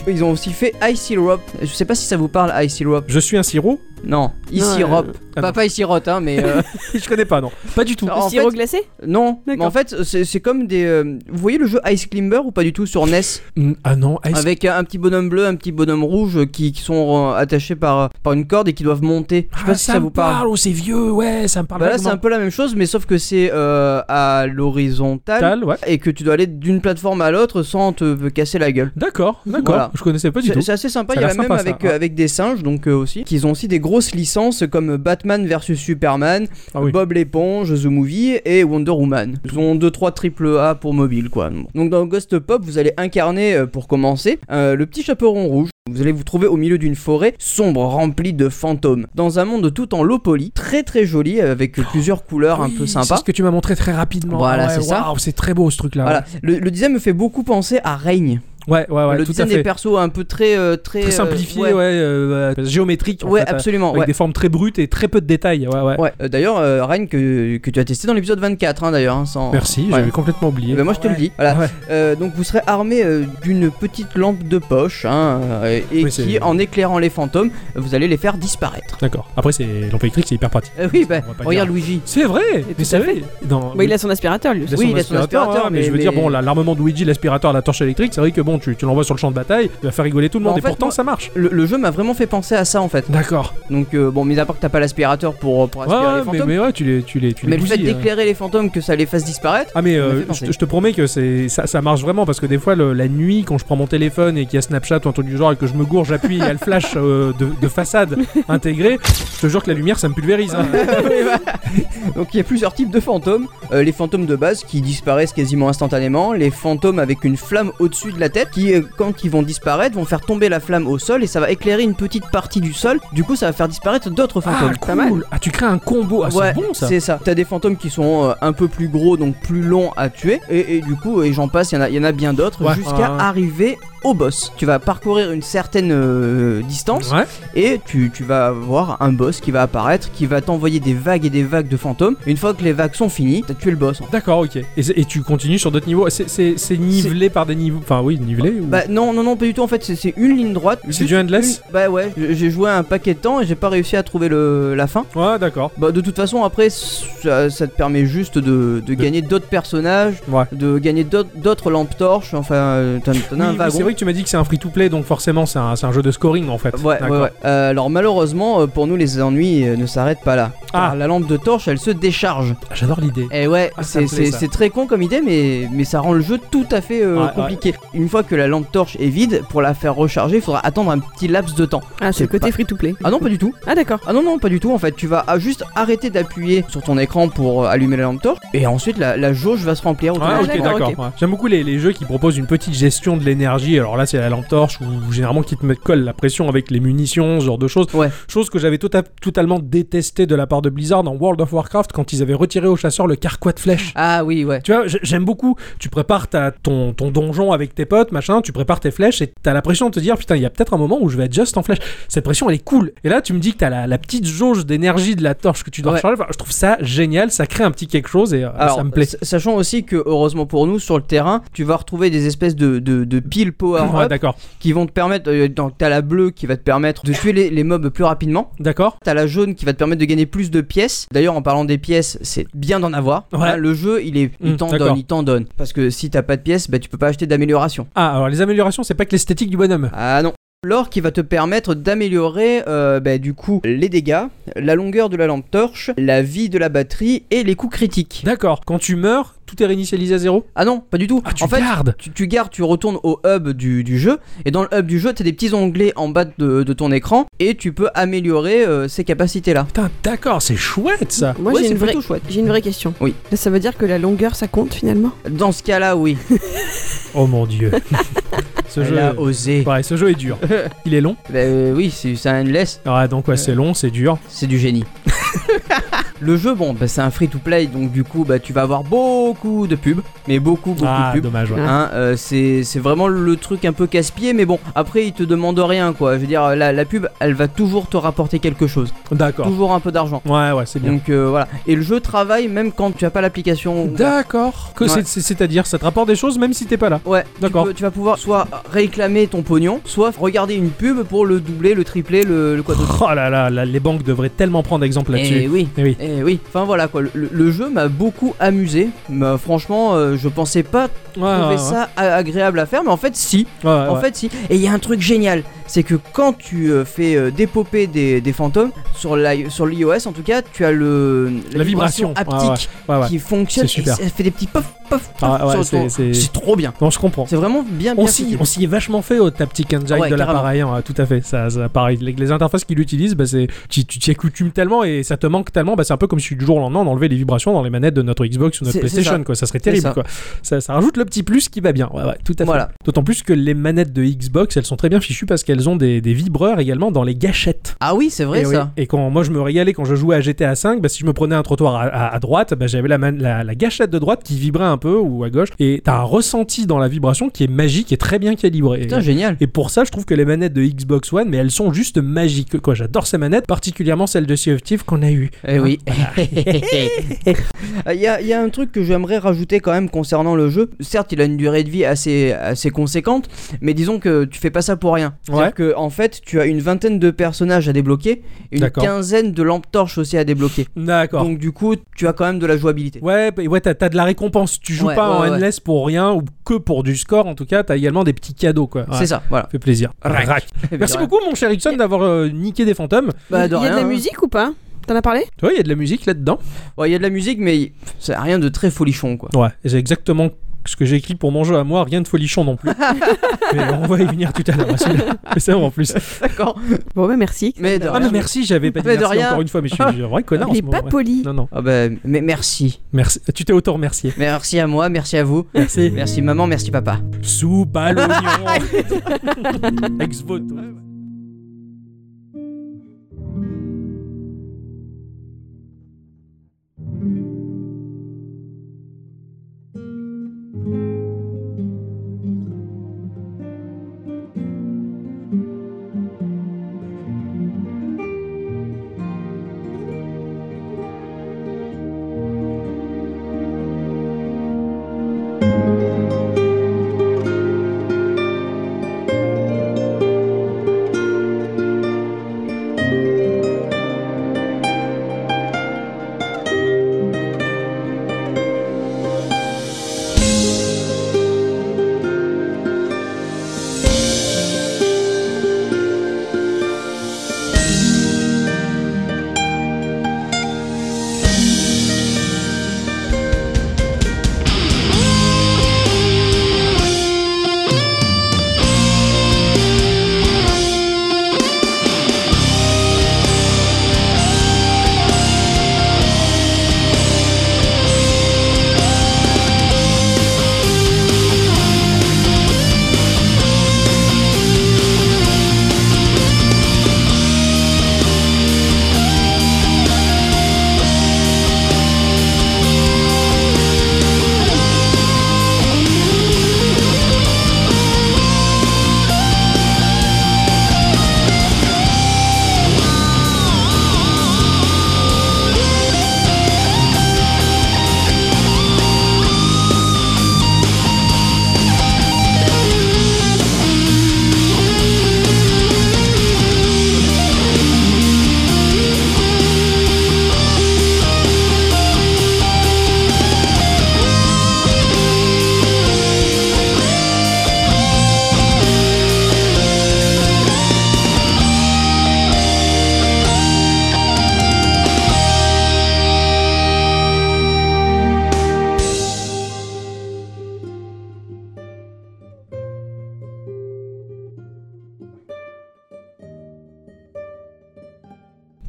Speaker 2: Ils ont aussi fait Icy Rope. Je sais pas si ça vous parle, Icy Rope.
Speaker 1: Je suis un sirop
Speaker 2: Non, il
Speaker 3: Non,
Speaker 2: sirope.
Speaker 1: Ah,
Speaker 2: Pas,
Speaker 1: non.
Speaker 2: pas il sirote, hein, mais. euh,
Speaker 1: je connais pas, non. Pas du tout.
Speaker 2: En
Speaker 3: Le sirop
Speaker 2: fait-
Speaker 3: glacé
Speaker 2: non, mais
Speaker 3: D'accord.
Speaker 2: en fait, c'est c'est comme des. euh, Vous voyez le jeu Ice Climber ou pas du tout sur NES
Speaker 1: Mm, Ah non, Ice-
Speaker 2: Avec un, un petit bonhomme bleu, un petit bonhomme rouge euh, qui, qui sont euh, attachés par, par une corde et qui doivent monter. Je sais pas
Speaker 1: Ah,
Speaker 2: si ça, vous parle.
Speaker 1: oh, c'est vieux, ouais, ça me parle.
Speaker 2: Bah là, c'est
Speaker 1: vaguement.
Speaker 2: un peu la même chose, mais sauf que c'est euh, à l'horizontale
Speaker 1: Tal, ouais.
Speaker 2: et que tu dois aller d'une plateforme à l'autre sans te casser la gueule.
Speaker 1: D'accord, d'accord.
Speaker 2: Voilà.
Speaker 1: Je connaissais pas du
Speaker 2: C'est
Speaker 1: tout.
Speaker 2: c'est assez sympa,
Speaker 1: Ça
Speaker 2: il y
Speaker 1: a
Speaker 2: a
Speaker 1: l'air
Speaker 2: même
Speaker 1: sympa, ça,
Speaker 2: avec,
Speaker 1: ouais.
Speaker 2: euh, avec des singes donc euh, aussi, qu'ils ont aussi des grosses licences comme Batman vs Superman,
Speaker 1: Ah oui.
Speaker 2: Bob l'éponge, The Movie et Wonder Woman. Ils ont 2-3 triple A pour mobile quoi. Donc dans Ghost Pop, vous allez incarner euh, pour commencer euh, le petit chaperon rouge. Vous allez vous trouver au milieu d'une forêt sombre remplie de fantômes, dans un monde tout en low poly, très très joli avec plusieurs couleurs un
Speaker 1: Oh. Oui,
Speaker 2: peu
Speaker 1: C'est
Speaker 2: sympa.
Speaker 1: ce que tu m'as montré très rapidement. Ah
Speaker 2: Voilà,
Speaker 1: Ouais,
Speaker 2: c'est ça.
Speaker 1: waouh, c'est très beau ce truc-là.
Speaker 2: Voilà, le, le design me fait beaucoup penser à Règne.
Speaker 1: Ouais, ouais, ouais,
Speaker 2: le
Speaker 1: tout à
Speaker 2: design des
Speaker 1: fait.
Speaker 2: persos un peu très euh, très,
Speaker 1: Très
Speaker 2: euh,
Speaker 1: simplifié,
Speaker 2: ouais.
Speaker 1: ouais, euh, euh, géométrique. en
Speaker 2: Ouais,
Speaker 1: fait, euh,
Speaker 2: absolument.
Speaker 1: Avec
Speaker 2: ouais.
Speaker 1: des formes très brutes et très peu de détails. Ouais, ouais.
Speaker 2: Ouais, euh, d'ailleurs, euh, Ryan, que, que tu as testé dans l'épisode 24, hein, d'ailleurs, hein, sans.
Speaker 1: Merci,
Speaker 2: Ouais.
Speaker 1: j'avais complètement oublié.
Speaker 2: Eh ben, moi, je te le dis. Voilà.
Speaker 1: Ouais.
Speaker 2: Euh, donc, vous serez armé euh, d'une petite lampe de poche, hein, euh, et
Speaker 1: Oui, c'est-
Speaker 2: qui, en éclairant les fantômes, vous allez les faire disparaître.
Speaker 1: D'accord. Après, c'est lampe électrique, c'est hyper pratique.
Speaker 2: Euh, oui, bah,
Speaker 1: On va pas le
Speaker 2: regarde Luigi.
Speaker 1: C'est vrai. Mais
Speaker 3: tout
Speaker 1: c'est
Speaker 3: à
Speaker 1: vrai. Dans...
Speaker 3: Bah, Il a son aspirateur lui aussi. Ah,
Speaker 1: Il a
Speaker 2: Oui, il a son aspirateur,
Speaker 1: ouais, mais,
Speaker 2: mais-
Speaker 1: je veux dire,
Speaker 2: mais-
Speaker 1: bon, la- l'armement de Luigi, l'aspirateur, la torche électrique, c'est vrai que bon, tu, tu l'envoies sur le champ de bataille, il va faire rigoler tout le
Speaker 2: Bah,
Speaker 1: monde,
Speaker 2: en
Speaker 1: et
Speaker 2: fait,
Speaker 1: pourtant
Speaker 2: moi-
Speaker 1: ça marche.
Speaker 2: Le, le jeu m'a vraiment fait penser à ça, en fait.
Speaker 1: D'accord.
Speaker 2: Donc, euh, bon, mis à part que t'as pas l'aspirateur pour, pour
Speaker 1: Ouais,
Speaker 2: aspirer
Speaker 1: ouais,
Speaker 2: les
Speaker 1: mais,
Speaker 2: fantômes.
Speaker 1: mais ouais, tu les, tu les, tu les
Speaker 2: mais le fait
Speaker 1: bousilles, hein.
Speaker 2: d'éclairer les fantômes, que ça les fasse disparaître.
Speaker 1: Ah mais
Speaker 2: Ça m'a
Speaker 1: euh,
Speaker 2: fait penser.
Speaker 1: je, je te promets que c'est ça, ça marche vraiment parce que des fois le- la nuit quand je prends mon téléphone et qu'il y a Snapchat ou un truc du genre et que je me gourre j'appuie il y a le flash euh, de, de façade intégré je te jure que la lumière ça me pulvérise hein.
Speaker 2: Donc, il y a plusieurs types de fantômes. Euh, les fantômes de base qui disparaissent quasiment instantanément. Les fantômes avec une flamme au-dessus de la tête qui, euh, quand ils vont disparaître, vont faire tomber la flamme au sol et ça va éclairer une petite partie du sol. Du coup, ça va faire disparaître d'autres
Speaker 1: ah
Speaker 2: fantômes.
Speaker 1: cool ah tu crées un combo ah
Speaker 2: Ouais,
Speaker 1: c'est bon ça
Speaker 2: C'est ça. T'as des fantômes qui sont euh, un peu plus gros, donc plus longs à tuer. Et, et du coup, et j'en passe, il y, en a- il y en a bien d'autres,
Speaker 1: Ouais.
Speaker 2: jusqu'à
Speaker 1: Ah.
Speaker 2: arriver au boss. Tu vas parcourir une certaine euh, distance
Speaker 1: ouais
Speaker 2: et tu, tu vas avoir un boss qui va apparaître, qui va t'envoyer des vagues et des vagues de fantômes. Une fois que les vagues sont finies, t'as tué le boss. hein. en fait.
Speaker 1: d'accord ok et, c'est- et tu continues sur d'autres niveaux c'est, c'est, c'est nivelé par des niveaux enfin oui nivelé ou...
Speaker 2: Bah non, non, non, pas du tout. En fait, c'est- c'est une ligne droite.
Speaker 1: c'est
Speaker 2: Juste
Speaker 1: du endless
Speaker 2: une- Bah ouais, j'ai j'ai joué un paquet de temps et j'ai pas réussi à trouver le, la fin.
Speaker 1: ouais d'accord
Speaker 2: Bah de toute façon après ça, ça te permet juste de, de gagner d'autres personnages,
Speaker 1: Ouais.
Speaker 2: de gagner d'autres- d'autres lampes torches, enfin euh, t'en t'en
Speaker 1: Oui,
Speaker 2: as un
Speaker 1: oui,
Speaker 2: wagon.
Speaker 1: c'est vrai que tu m'as dit que c'est un free to play donc forcément c'est un, c'est un jeu de scoring en fait
Speaker 2: Ouais, ouais,
Speaker 1: D'accord.
Speaker 2: ouais. Euh, alors malheureusement euh, pour nous les ennuis euh, ne s'arrêtent pas là.
Speaker 1: Ah.
Speaker 2: Car la lampe de torche elle se décharge.
Speaker 1: Ah, j'adore l'idée
Speaker 2: Et Eh ouais,
Speaker 1: Ah, ça me
Speaker 2: c'est-
Speaker 1: plaît,
Speaker 2: c'est
Speaker 1: ça.
Speaker 2: c'est très con comme idée mais, mais ça rend le jeu tout à fait euh,
Speaker 1: Ouais, ouais.
Speaker 2: compliqué. Une fois que la lampe torche est vide, pour la faire recharger il faudra attendre un petit laps de temps.
Speaker 3: Ah, c'est le
Speaker 2: C'est
Speaker 3: côté
Speaker 2: pas-
Speaker 3: free to play.
Speaker 2: Ah non pas du tout.
Speaker 3: Ah, d'accord.
Speaker 2: Ah non, non, pas du tout en fait. Tu vas ah, juste arrêter d'appuyer sur ton écran pour euh, allumer la lampe torche et ensuite la, la jauge va se remplir
Speaker 1: Ouais,
Speaker 2: automatiquement.
Speaker 1: Ah, ok,
Speaker 3: d'accord,
Speaker 1: d'accord.
Speaker 3: ok.
Speaker 1: ouais. J'aime beaucoup les, les jeux qui proposent une petite gestion de l'énergie. Alors là, c'est la lampe torche ou généralement qui te met- colle la pression avec les munitions, ce genre de choses.
Speaker 2: Ouais.
Speaker 1: Chose que j'avais tota- totalement détesté de la part de Blizzard dans World of Warcraft quand ils avaient retiré au chasseur le carquois de flèche.
Speaker 2: Ah oui, ouais.
Speaker 1: Tu vois, j- j'aime beaucoup. Tu prépares ta, ton, ton donjon avec tes potes, machin, tu prépares tes flèches et t'as la pression de te dire putain, il y a peut-être un moment où je vais être juste en flèche. Cette pression, elle est cool. Et là, tu me dis que t'as la, la petite jauge d'énergie de la torche que tu dois
Speaker 2: Ouais.
Speaker 1: recharger. Enfin, je trouve ça génial, ça crée un petit quelque chose et euh,
Speaker 2: Alors,
Speaker 1: ça me plaît.
Speaker 2: sa- sachant aussi que, heureusement pour nous, sur le terrain, tu vas retrouver des espèces de, de, de piles power-up
Speaker 1: Ouais, d'accord.
Speaker 2: qui vont te permettre. euh, donc, t'as la bleue qui va te permettre de tuer les, les mobs plus rapidement.
Speaker 1: D'accord.
Speaker 2: T'as la jaune qui va te permettre de gagner plus de pièces. D'ailleurs, en parlant des pièces, c'est bien d'en avoir.
Speaker 1: Ouais.
Speaker 2: Hein, le jeu, il, est, il
Speaker 1: Mm,
Speaker 2: t'en
Speaker 1: d'accord.
Speaker 2: donne, il t'en donne. Parce que si t'as pas de pièces, bah, tu peux pas acheter d'amélioration.
Speaker 1: Ah, alors les améliorations, c'est pas que l'esthétique du bonhomme.
Speaker 2: Ah non. L'or qui va te permettre d'améliorer euh, bah, du coup les dégâts, la longueur de la lampe torche, la vie de la batterie et les coups critiques.
Speaker 1: D'accord, quand tu meurs, tout est réinitialisé à zéro
Speaker 2: Ah non, pas du tout.
Speaker 1: Ah, tu
Speaker 2: en fait,
Speaker 1: gardes
Speaker 2: tu, tu gardes, tu retournes au hub du, du jeu et dans le hub du jeu, t'as des petits onglets en bas de, de ton écran et tu peux améliorer euh, ces capacités là.
Speaker 1: Putain, d'accord, c'est chouette ça
Speaker 3: Moi,
Speaker 2: Ouais,
Speaker 3: j'ai
Speaker 2: c'est
Speaker 3: une vraie.
Speaker 2: plutôt chouette.
Speaker 3: J'ai une vraie question.
Speaker 2: Oui.
Speaker 3: Là, ça veut dire que la longueur, ça compte finalement
Speaker 2: Dans ce cas-là, oui.
Speaker 1: Oh mon dieu Ce
Speaker 2: Elle
Speaker 1: jeu.
Speaker 2: a osé.
Speaker 1: Ouais, ce jeu est dur. Il est long. Ah,
Speaker 2: Bah, euh, oui, c'est c'est un endless,
Speaker 1: Ouais, donc ouais, c'est long, c'est dur.
Speaker 2: c'est du génie. Le jeu, bon, bah, c'est un free-to-play, donc du coup, bah, tu vas avoir beaucoup de pubs, mais beaucoup, beaucoup
Speaker 1: Ah,
Speaker 2: de pubs.
Speaker 1: dommage, ouais.
Speaker 2: Hein, euh, c'est c'est vraiment le truc un peu casse-pied, mais bon, après, il te demande rien, quoi. Je veux dire, la, la pub, elle va toujours te rapporter quelque chose,
Speaker 1: D'accord.
Speaker 2: toujours un peu d'argent.
Speaker 1: Ouais, ouais, c'est bien.
Speaker 2: Donc euh, voilà. Et le jeu travaille même quand tu as pas l'application. ouverte.
Speaker 1: D'accord. Que
Speaker 2: Ouais.
Speaker 1: c'est- c'est- C'est-à-dire, ça te rapporte des choses même si t'es pas là.
Speaker 2: Ouais, tu
Speaker 1: D'accord.
Speaker 2: peux- Tu, vas pouvoir soit réclamer ton pognon, soit regarder une pub pour le doubler, le tripler, le, le quadrupler.
Speaker 1: Oh là là, là, les banques devraient tellement prendre exemple
Speaker 2: Et
Speaker 1: là-dessus.
Speaker 2: oui.
Speaker 1: Eh oui.
Speaker 2: Et oui, enfin voilà quoi, le, le jeu m'a beaucoup amusé, mais franchement euh, je pensais pas
Speaker 1: Ouais,
Speaker 2: trouver
Speaker 1: ouais,
Speaker 2: ça a- agréable à faire, mais en fait si,
Speaker 1: ouais. Ouais,
Speaker 2: en
Speaker 1: ouais.
Speaker 2: fait si. Et il y a un truc génial, c'est que quand tu euh, fais euh, dépoper des, des fantômes, sur l'i- sur l'iOS en tout cas, tu as le,
Speaker 1: La vibration. Ah Ouais,
Speaker 2: haptique
Speaker 1: ouais, ouais.
Speaker 2: qui fonctionne,
Speaker 1: C'est super.
Speaker 2: et ça fait des petits puff puff, puff
Speaker 1: Ah, ouais,
Speaker 2: sur
Speaker 1: c'est-
Speaker 2: ton-
Speaker 1: c'est-
Speaker 2: c'est trop bien,
Speaker 1: Non, je comprends.
Speaker 2: c'est vraiment bien bien
Speaker 1: On s'y,
Speaker 2: foutu.
Speaker 1: on s'y est vachement fait oh, au Taptic Engine
Speaker 2: Ah ouais,
Speaker 1: de l'appareil, hein, tout à fait. Ça, ça, pareil. Les, les interfaces qu'il utilise, bah, c'est, tu tu t'y accoutumes tellement et ça te manque tellement. Bah, c'est un peu comme si du jour au lendemain on enlevait les vibrations dans les manettes de notre Xbox ou notre
Speaker 2: C'est- c'est
Speaker 1: PlayStation.
Speaker 2: ça.
Speaker 1: Quoi. ça serait terrible.
Speaker 2: ça.
Speaker 1: Quoi. Ça, ça rajoute le petit plus qui va bien. Ouais, ouais, tout à fait.
Speaker 2: Voilà.
Speaker 1: D'autant plus que les manettes de Xbox, elles sont très bien fichues parce qu'elles ont des, des vibreurs également dans les gâchettes.
Speaker 2: Ah oui, c'est vrai
Speaker 1: et, Eh oui.
Speaker 2: ça.
Speaker 1: Et quand moi je me régalais quand je jouais à GTA V, bah, si je me prenais un trottoir à, à- à droite, bah, j'avais la, man- la, la gâchette de droite qui vibrait un peu ou à gauche. Et t'as un ressenti dans la vibration qui est magique et très bien calibré.
Speaker 2: Putain, génial.
Speaker 1: Et pour ça, je trouve que les manettes de Xbox One, mais elles sont juste magiques. Quoi, j'adore ces manettes, particulièrement celle de Sea of Thieves qu'on a eu.
Speaker 2: Eh oui. Il y, a- il y a un truc que j'aimerais rajouter quand même concernant le jeu. Certes, il a une durée de vie assez, assez conséquente, mais disons que tu fais pas ça pour rien. C'est-à-dire
Speaker 1: Ouais.
Speaker 2: que, en fait, tu as une vingtaine de personnages à débloquer, et une
Speaker 1: D'accord.
Speaker 2: quinzaine de lampes torches aussi à débloquer.
Speaker 1: D'accord.
Speaker 2: Donc, du coup, tu as quand même de la jouabilité.
Speaker 1: Ouais, bah, ouais t'as, t'as de la récompense. Tu joues
Speaker 2: Ouais,
Speaker 1: pas
Speaker 2: ouais,
Speaker 1: en
Speaker 2: ouais.
Speaker 1: endless pour rien ou que pour du score. En tout cas, t'as également des petits cadeaux. Quoi. Ouais,
Speaker 2: C'est ça, voilà.
Speaker 1: fait plaisir.
Speaker 2: Rac.
Speaker 1: Rac. Merci beaucoup, mon cher Ixon, d'avoir euh, niqué des fantômes.
Speaker 2: Bah,
Speaker 3: il y a de
Speaker 2: rien,
Speaker 3: la
Speaker 2: hein.
Speaker 3: musique ou pas T'en as parlé
Speaker 1: Tu vois, il y a de la musique là-dedans.
Speaker 2: Ouais, il y a de la musique, mais c'est rien de très folichon, quoi.
Speaker 1: Ouais, et c'est exactement ce que j'ai écrit pour mon jeu à moi. Rien de folichon non plus. mais on va y venir tout à l'heure. hein, celui-là. Mais ça, en plus.
Speaker 2: D'accord.
Speaker 3: Bon, bah merci.
Speaker 2: Mais de
Speaker 1: Ah, mais
Speaker 2: rien.
Speaker 1: merci, j'avais pas dit
Speaker 2: Mais de
Speaker 1: merci
Speaker 2: rien.
Speaker 1: encore une fois, mais je suis un vrai connard. en
Speaker 3: Il
Speaker 1: ce
Speaker 3: est
Speaker 1: moment,
Speaker 3: pas
Speaker 1: ouais.
Speaker 3: poli.
Speaker 1: Non, non.
Speaker 2: Ah bah, mais merci.
Speaker 1: Merci. Ah, Tu t'es autant remercié.
Speaker 2: Merci à moi, merci à vous.
Speaker 1: Merci.
Speaker 2: Merci maman, merci papa.
Speaker 1: Soupe à l'oignon. Ex voto.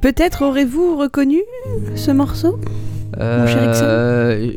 Speaker 3: Peut-être aurez-vous reconnu ce morceau cher Ixon
Speaker 2: Euh,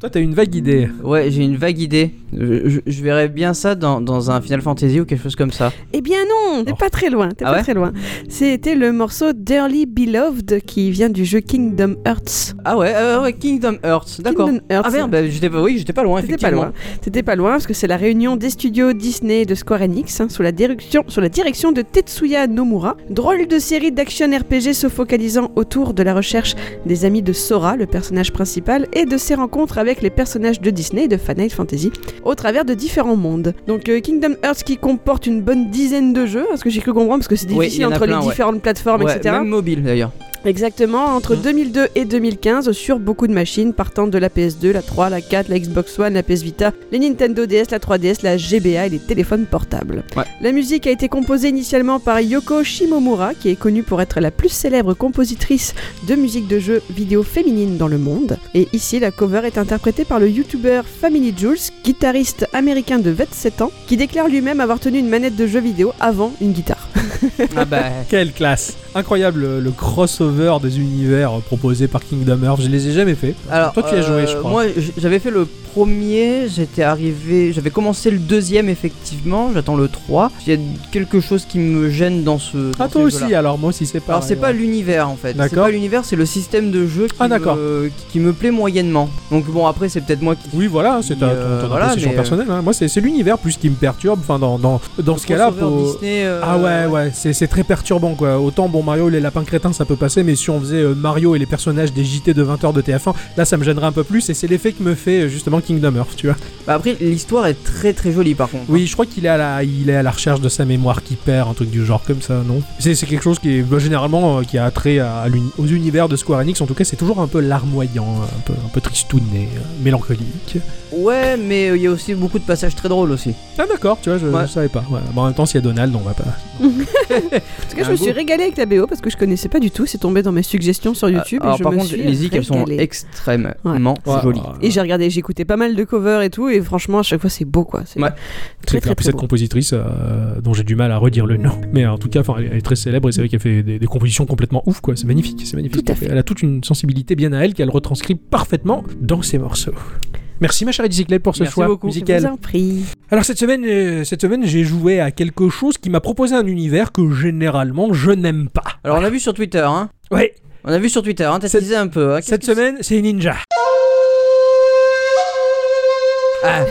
Speaker 1: Toi, t'as une vague idée.
Speaker 2: Ouais, j'ai une vague idée. Je, je- je verrais bien ça dans, dans un Final Fantasy ou quelque chose comme ça.
Speaker 3: Eh bien non, t'es
Speaker 1: Oh.
Speaker 3: pas très loin, t'es
Speaker 2: Ah
Speaker 3: pas
Speaker 2: ouais
Speaker 3: très loin. C'était le morceau Dearly Beloved qui vient du jeu Kingdom Hearts.
Speaker 2: Ah ouais, euh, ouais, Kingdom Hearts, d'accord.
Speaker 3: Kingdom Hearts.
Speaker 2: Ah merde, bah, j'étais pas, oui, j'étais pas loin,
Speaker 3: T'étais pas
Speaker 2: effectivement.
Speaker 3: loin. T'étais pas loin parce que c'est la réunion des studios Disney et de Square Enix hein, sous, la direction, sous la direction de Tetsuya Nomura. Drôle de série d'action RPG se focalisant autour de la recherche des amis de Sora, le personnage principal, et de ses rencontres avec les personnages de Disney et de Final Fantasy au travers de différents mondes. Donc euh, Kingdom Hearts qui comporte une bonne dizaine de jeux, parce que j'ai cru comprendre parce que c'est
Speaker 2: Oui,
Speaker 3: difficile
Speaker 2: il y en a
Speaker 3: entre
Speaker 2: plein,
Speaker 3: les
Speaker 2: ouais.
Speaker 3: différentes plateformes,
Speaker 2: Ouais,
Speaker 3: etc.
Speaker 2: Même mobile d'ailleurs.
Speaker 3: Exactement, entre
Speaker 2: Mm.
Speaker 3: 2002 et 2015 sur beaucoup de machines partant de la PS2, la 3, la 4, la Xbox One, la PS Vita, les Nintendo DS, la 3DS, la GBA et les téléphones portables.
Speaker 2: Ouais.
Speaker 3: La musique a été composée initialement par Yoko Shimomura qui est connue pour être la plus célèbre compositrice de musique de jeux vidéo féminine dans le monde. Et ici, la cover est interprétée par le YouTuber Family Jules, guitariste américain de 27 ans, qui déclare lui-même avoir tenu une manette de jeu vidéo avant une guitare.
Speaker 2: ah bah.
Speaker 1: Quelle classe Incroyable euh, le crossover des univers euh, proposé par Kingdom Hearts. Je les ai jamais fait.
Speaker 2: Alors,
Speaker 1: Toi, tu y as joué, je
Speaker 2: euh,
Speaker 1: crois.
Speaker 2: Moi, j- j'avais fait le premier, j'étais arrivé, j'avais commencé le deuxième, effectivement, j'attends le 3. Il y a quelque chose qui me gêne dans ce.
Speaker 1: Ah
Speaker 2: dans
Speaker 1: toi
Speaker 2: ces
Speaker 1: aussi
Speaker 2: jeux-là.
Speaker 1: alors moi aussi c'est pas.
Speaker 2: Alors c'est pas l'univers en fait, c'est
Speaker 1: D'accord.
Speaker 2: pas l'univers, c'est le système de jeu qui,
Speaker 1: Ah, d'accord.
Speaker 2: me, qui me plaît moyennement. Donc bon après c'est peut-être moi qui...
Speaker 1: Oui voilà c'est ta- ton,
Speaker 2: Euh,
Speaker 1: ton
Speaker 2: voilà,
Speaker 1: appréciation
Speaker 2: mais, euh,
Speaker 1: personnelle. hein. Moi c'est c'est l'univers plus qui me perturbe. Enfin dans dans, dans ce cas-là
Speaker 2: Crossover
Speaker 1: pour-
Speaker 2: Disney, euh,
Speaker 1: Ah ouais ouais c'est c'est très perturbant quoi. Autant bon Mario et les lapins crétins ça peut passer mais si on faisait euh, Mario et les personnages des JT de 20h de TF1 là ça me gênerait un peu plus et c'est l'effet que me fait euh, justement Kingdom Hearts tu vois.
Speaker 2: Bah, après l'histoire est très très jolie par contre.
Speaker 1: Oui, je crois qu'il est, à la, il est à la recherche de sa mémoire qui perd, un truc du genre comme ça, non C'est c'est quelque chose qui est bah, généralement euh, qui a trait à l'uni- aux univers de Square Enix, en tout cas c'est toujours un peu larmoyant, un peu, un peu tristouné, euh, mélancolique.
Speaker 2: Ouais mais euh, il y a aussi beaucoup de passages très drôles aussi.
Speaker 1: Ah d'accord, tu vois, je,
Speaker 2: Ouais.
Speaker 1: je savais pas. Ouais. Bon, en même temps, s'il y a Donald, on va pas.
Speaker 3: En tout cas,
Speaker 2: Un
Speaker 3: je me suis
Speaker 2: goût.
Speaker 3: régalée avec la BO parce que je connaissais pas du tout. C'est tombé dans mes suggestions sur YouTube.
Speaker 2: Ah, Alors
Speaker 3: et je
Speaker 2: par
Speaker 3: me
Speaker 2: contre
Speaker 3: suis
Speaker 2: les musiques elles sont
Speaker 3: régalée.
Speaker 2: extrêmement
Speaker 1: Ouais,
Speaker 2: jolies.
Speaker 1: ouais, ouais.
Speaker 3: Et j'ai regardé, j'écoutais pas mal de covers et tout. Et franchement, à chaque fois, c'est beau quoi. C'est
Speaker 2: Ouais.
Speaker 1: C'est
Speaker 3: très,
Speaker 1: clair.
Speaker 3: très,
Speaker 1: Puis
Speaker 3: très
Speaker 1: cette
Speaker 3: beau.
Speaker 1: compositrice euh, dont j'ai du mal à redire le nom, mais en tout cas, enfin, elle elle est très célèbre et c'est vrai qu'elle fait des, des compositions complètement ouf, quoi. C'est magnifique, c'est magnifique.
Speaker 3: Tout à fait.
Speaker 1: Elle a toute une sensibilité bien à elle qu'elle retranscrit parfaitement dans ses morceaux. Merci ma chère bicyclette pour ce
Speaker 2: Merci
Speaker 1: choix
Speaker 2: beaucoup.
Speaker 3: Je vous
Speaker 1: musical.
Speaker 3: en prie.
Speaker 1: Alors cette semaine, euh, cette semaine, j'ai joué à quelque chose qui m'a proposé un univers que généralement je n'aime pas.
Speaker 2: Alors on a vu sur Twitter hein.
Speaker 1: Ouais,
Speaker 2: On a vu sur Twitter hein, t'as
Speaker 1: Cette-
Speaker 2: teasé un peu. hein. Qu'est-ce
Speaker 1: cette
Speaker 2: que c'est
Speaker 1: semaine, c'est les ninjas.
Speaker 2: Ah.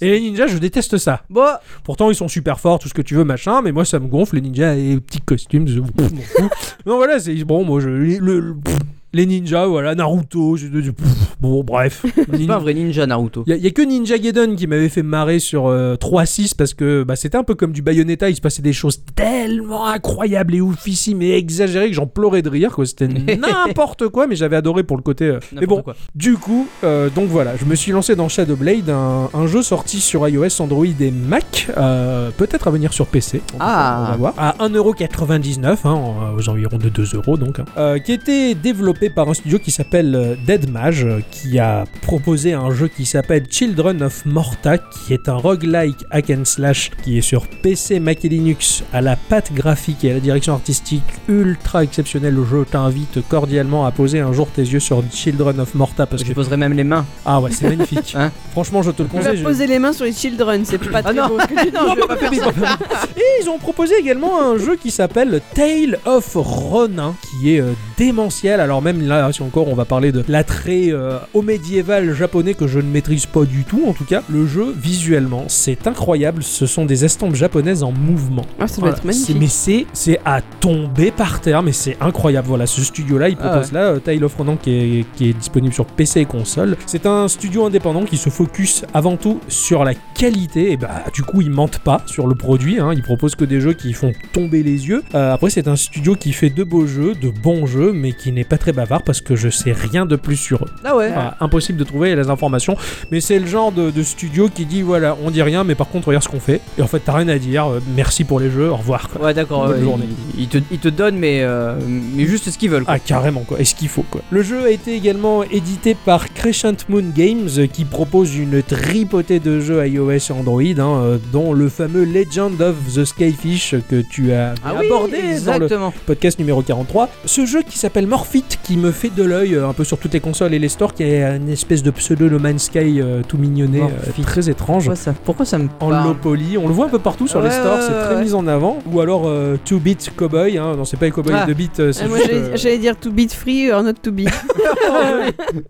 Speaker 1: Et les ninjas, je déteste ça.
Speaker 2: Bon,
Speaker 1: Pourtant, ils sont super forts, tout ce que tu veux, machin, mais moi, ça me gonfle, les ninjas et les petits costumes. je- pff, m'en fous. non, voilà, c'est bon, moi, je. le- le- pff, les ninjas, voilà, Naruto, je- je- pff, bon, bref.
Speaker 2: c'est pas un vrai ninja Naruto.
Speaker 1: Il y, a- y a que Ninja Gaiden qui m'avait fait marrer sur euh, 3.6 parce que bah, c'était un peu comme du Bayonetta, il se passait des choses tellement incroyables et oufissimes et exagérées que j'en pleurais de rire. quoi. C'était n'importe quoi, mais j'avais adoré pour le côté. euh, Mais
Speaker 2: N'importe
Speaker 1: bon,
Speaker 2: quoi.
Speaker 1: du coup, euh, donc voilà, je me suis lancé dans Shadowblade, un, un jeu sorti sur iOS, Android et Mac, euh, peut-être à venir sur PC. On
Speaker 2: Ah.
Speaker 1: va voir. À 1,99€, hein, en- aux environs de 2€ donc, hein. Euh, qui était développé par un studio qui s'appelle euh, Dead Mage, euh, qui a proposé un jeu qui s'appelle Children of Morta, qui est un roguelike hack and slash qui est sur PC, Mac et Linux, à la patte graphique et à la direction artistique ultra exceptionnelle. Le jeu t'invite cordialement à poser un jour tes yeux sur Children of Morta parce
Speaker 2: Je
Speaker 1: que
Speaker 2: poserai même les mains.
Speaker 1: ah ouais, c'est magnifique.
Speaker 2: Hein
Speaker 1: Franchement, je te le
Speaker 3: On va
Speaker 1: conseille. je-
Speaker 3: poser les mains sur les children. C'est pas très
Speaker 2: Ah non.
Speaker 3: beau. ce que tu dis. Non, je vais pas faire ça.
Speaker 1: Et ils ont proposé également un jeu qui s'appelle Tale of Ronin, qui est euh, démentiel. Alors même là, si encore, on va parler de l'attrait euh, au médiéval japonais que je ne maîtrise pas du tout. En tout cas, le jeu visuellement, c'est incroyable. Ce sont des estampes japonaises en mouvement.
Speaker 3: Ah, ça doit
Speaker 1: Voilà.
Speaker 3: être
Speaker 1: C'est-
Speaker 3: magnifique.
Speaker 1: Mais c'est c'est à tomber par terre, mais c'est incroyable. Voilà, ce studio-là, il
Speaker 2: Ah
Speaker 1: propose là euh, Tale of Ronan qui est, qui est disponible sur PC et console. C'est un studio indépendant qui se focus avant tout sur la qualité. Et bah, du coup, ils mentent pas sur le produit. Hein. Ils proposent que des jeux qui font tomber les yeux. Euh, après, c'est un studio qui fait de beaux jeux, de bons jeux, mais qui n'est pas très bavard parce que je sais rien de plus sur eux.
Speaker 2: Ah ouais.
Speaker 1: Enfin, impossible de trouver les informations. Mais c'est le genre de, de studio qui dit voilà, on dit rien, mais par contre, regarde ce qu'on fait. Et en fait, t'as rien à dire. euh, merci pour les jeux. Au revoir. quoi.
Speaker 2: Ouais, d'accord.
Speaker 1: Bonne
Speaker 2: ouais,
Speaker 1: journée.
Speaker 2: Ils, ils te, ils te donnent, mais, euh, mais juste ce qu'ils veulent. quoi.
Speaker 1: Ah carrément quoi, et ce qu'il faut quoi. Le jeu a été également édité par Crescent Moon Games euh, qui propose une tripotée de jeux iOS et Android, hein, euh, dont le fameux Legend of the Skyfish euh, que tu as
Speaker 2: Ah
Speaker 1: abordé dans le
Speaker 2: exactement.
Speaker 1: podcast numéro 43. Ce jeu qui s'appelle Morphite, qui me fait de l'œil euh, un peu sur toutes les consoles et les stores, qui est une espèce de pseudo No Man's Sky euh, tout mignonné, euh,
Speaker 2: Morphite.
Speaker 1: très étrange.
Speaker 2: Pourquoi ça, pourquoi ça me
Speaker 1: En
Speaker 2: parle
Speaker 1: low poly, on le voit un peu partout sur les
Speaker 3: Ouais,
Speaker 1: stores,
Speaker 3: ouais,
Speaker 1: c'est
Speaker 3: ouais,
Speaker 1: très
Speaker 3: ouais.
Speaker 1: mis en avant. Ou alors euh, Two Beat Cowboy, hein, non c'est pas les Cowboy
Speaker 2: Ah.
Speaker 1: de Beat, euh, c'est
Speaker 3: Ah, moi
Speaker 1: juste,
Speaker 3: j'allais
Speaker 1: euh,
Speaker 3: j'allais dire to beat free or not to beat.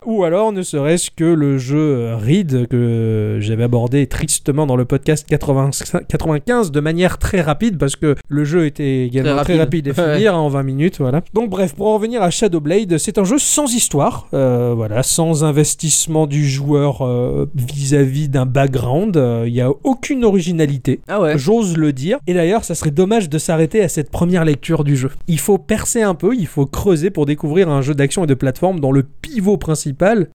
Speaker 1: Ou alors, ne serait-ce que le jeu Reed que j'avais abordé tristement dans le podcast 85 95 de manière très rapide parce que le jeu était également
Speaker 2: Très
Speaker 1: très rapide,
Speaker 2: rapide.
Speaker 1: à finir hein, en 20 minutes. Voilà. Donc, bref, pour en revenir à Shadowblade, c'est un jeu sans histoire, euh, voilà, sans investissement du joueur euh, vis-à-vis d'un background. Euh, Il n'y a aucune originalité.
Speaker 2: Ah ouais.
Speaker 1: J'ose le dire. Et d'ailleurs, ça serait dommage de s'arrêter à cette première lecture du jeu. Il faut percer un peu, il faut creuser pour découvrir un jeu d'action et de plateforme dont le pivot principal,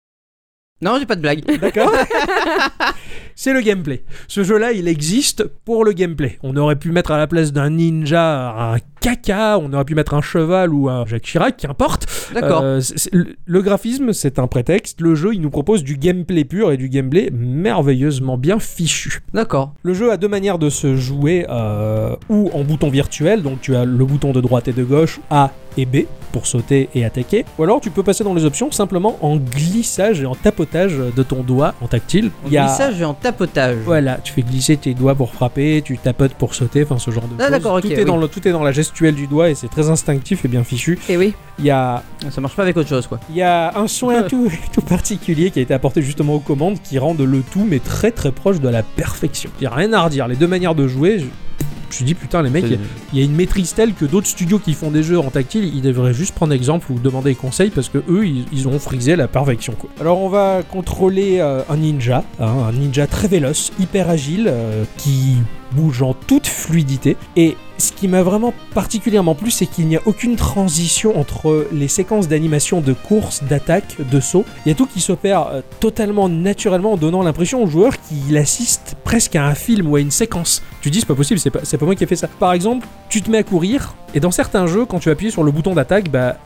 Speaker 2: Non, j'ai pas de blague.
Speaker 1: d'accord C'est le gameplay. Ce jeu-là, il existe pour le gameplay. On aurait pu mettre à la place d'un ninja un caca, on aurait pu mettre un cheval ou un Jacques Chirac, qu'importe.
Speaker 2: D'accord.
Speaker 1: Euh, c'est- c'est- le- le graphisme, c'est un prétexte. Le jeu, il nous propose du gameplay pur et du gameplay merveilleusement bien fichu.
Speaker 2: D'accord.
Speaker 1: Le jeu a deux manières de se jouer, euh, ou en bouton virtuel, donc tu as le bouton de droite et de gauche, A et B, pour sauter et attaquer, ou alors tu peux passer dans les options simplement en glissage et en tapotage de ton doigt en tactile.
Speaker 2: En
Speaker 1: Il y a-
Speaker 2: glissage et en tapotage.
Speaker 1: Voilà, tu fais glisser tes doigts pour frapper, tu tapotes pour sauter, enfin ce genre de
Speaker 2: Ah,
Speaker 1: choses.
Speaker 2: d'accord, ok,
Speaker 1: tout, est
Speaker 2: oui.
Speaker 1: dans le, tout est dans la gestuelle du doigt et c'est très instinctif et bien fichu.
Speaker 3: Et Eh oui.
Speaker 1: Il y a
Speaker 2: Ça marche pas avec autre chose, quoi.
Speaker 1: il y a un soin tout, tout particulier qui a été apporté justement aux commandes qui rendent le tout mais très très proche de la perfection. Il n'y a rien à redire, les deux manières de jouer, je, je me suis dit putain les mecs, il y a- il y a une maîtrise telle que d'autres studios qui font des jeux en tactile, ils devraient juste prendre exemple ou demander conseil parce que eux ils, ils ont frisé la perfection quoi. Alors on va contrôler euh, un ninja, hein, un ninja très véloce, hyper agile, euh, qui bouge en toute fluidité. Et ce qui m'a vraiment particulièrement plu, c'est qu'il n'y a aucune transition entre les séquences d'animation de course, d'attaque, de saut. Il y a tout qui s'opère euh, totalement naturellement en donnant l'impression au joueur qu'il assiste presque à un film ou à une séquence. Tu dis, c'est pas possible, c'est pas, c'est pas moi qui ai fait ça. Par exemple, tu te mets à courir, et dans certains jeux, quand tu appuies sur le bouton d'attaque, bah,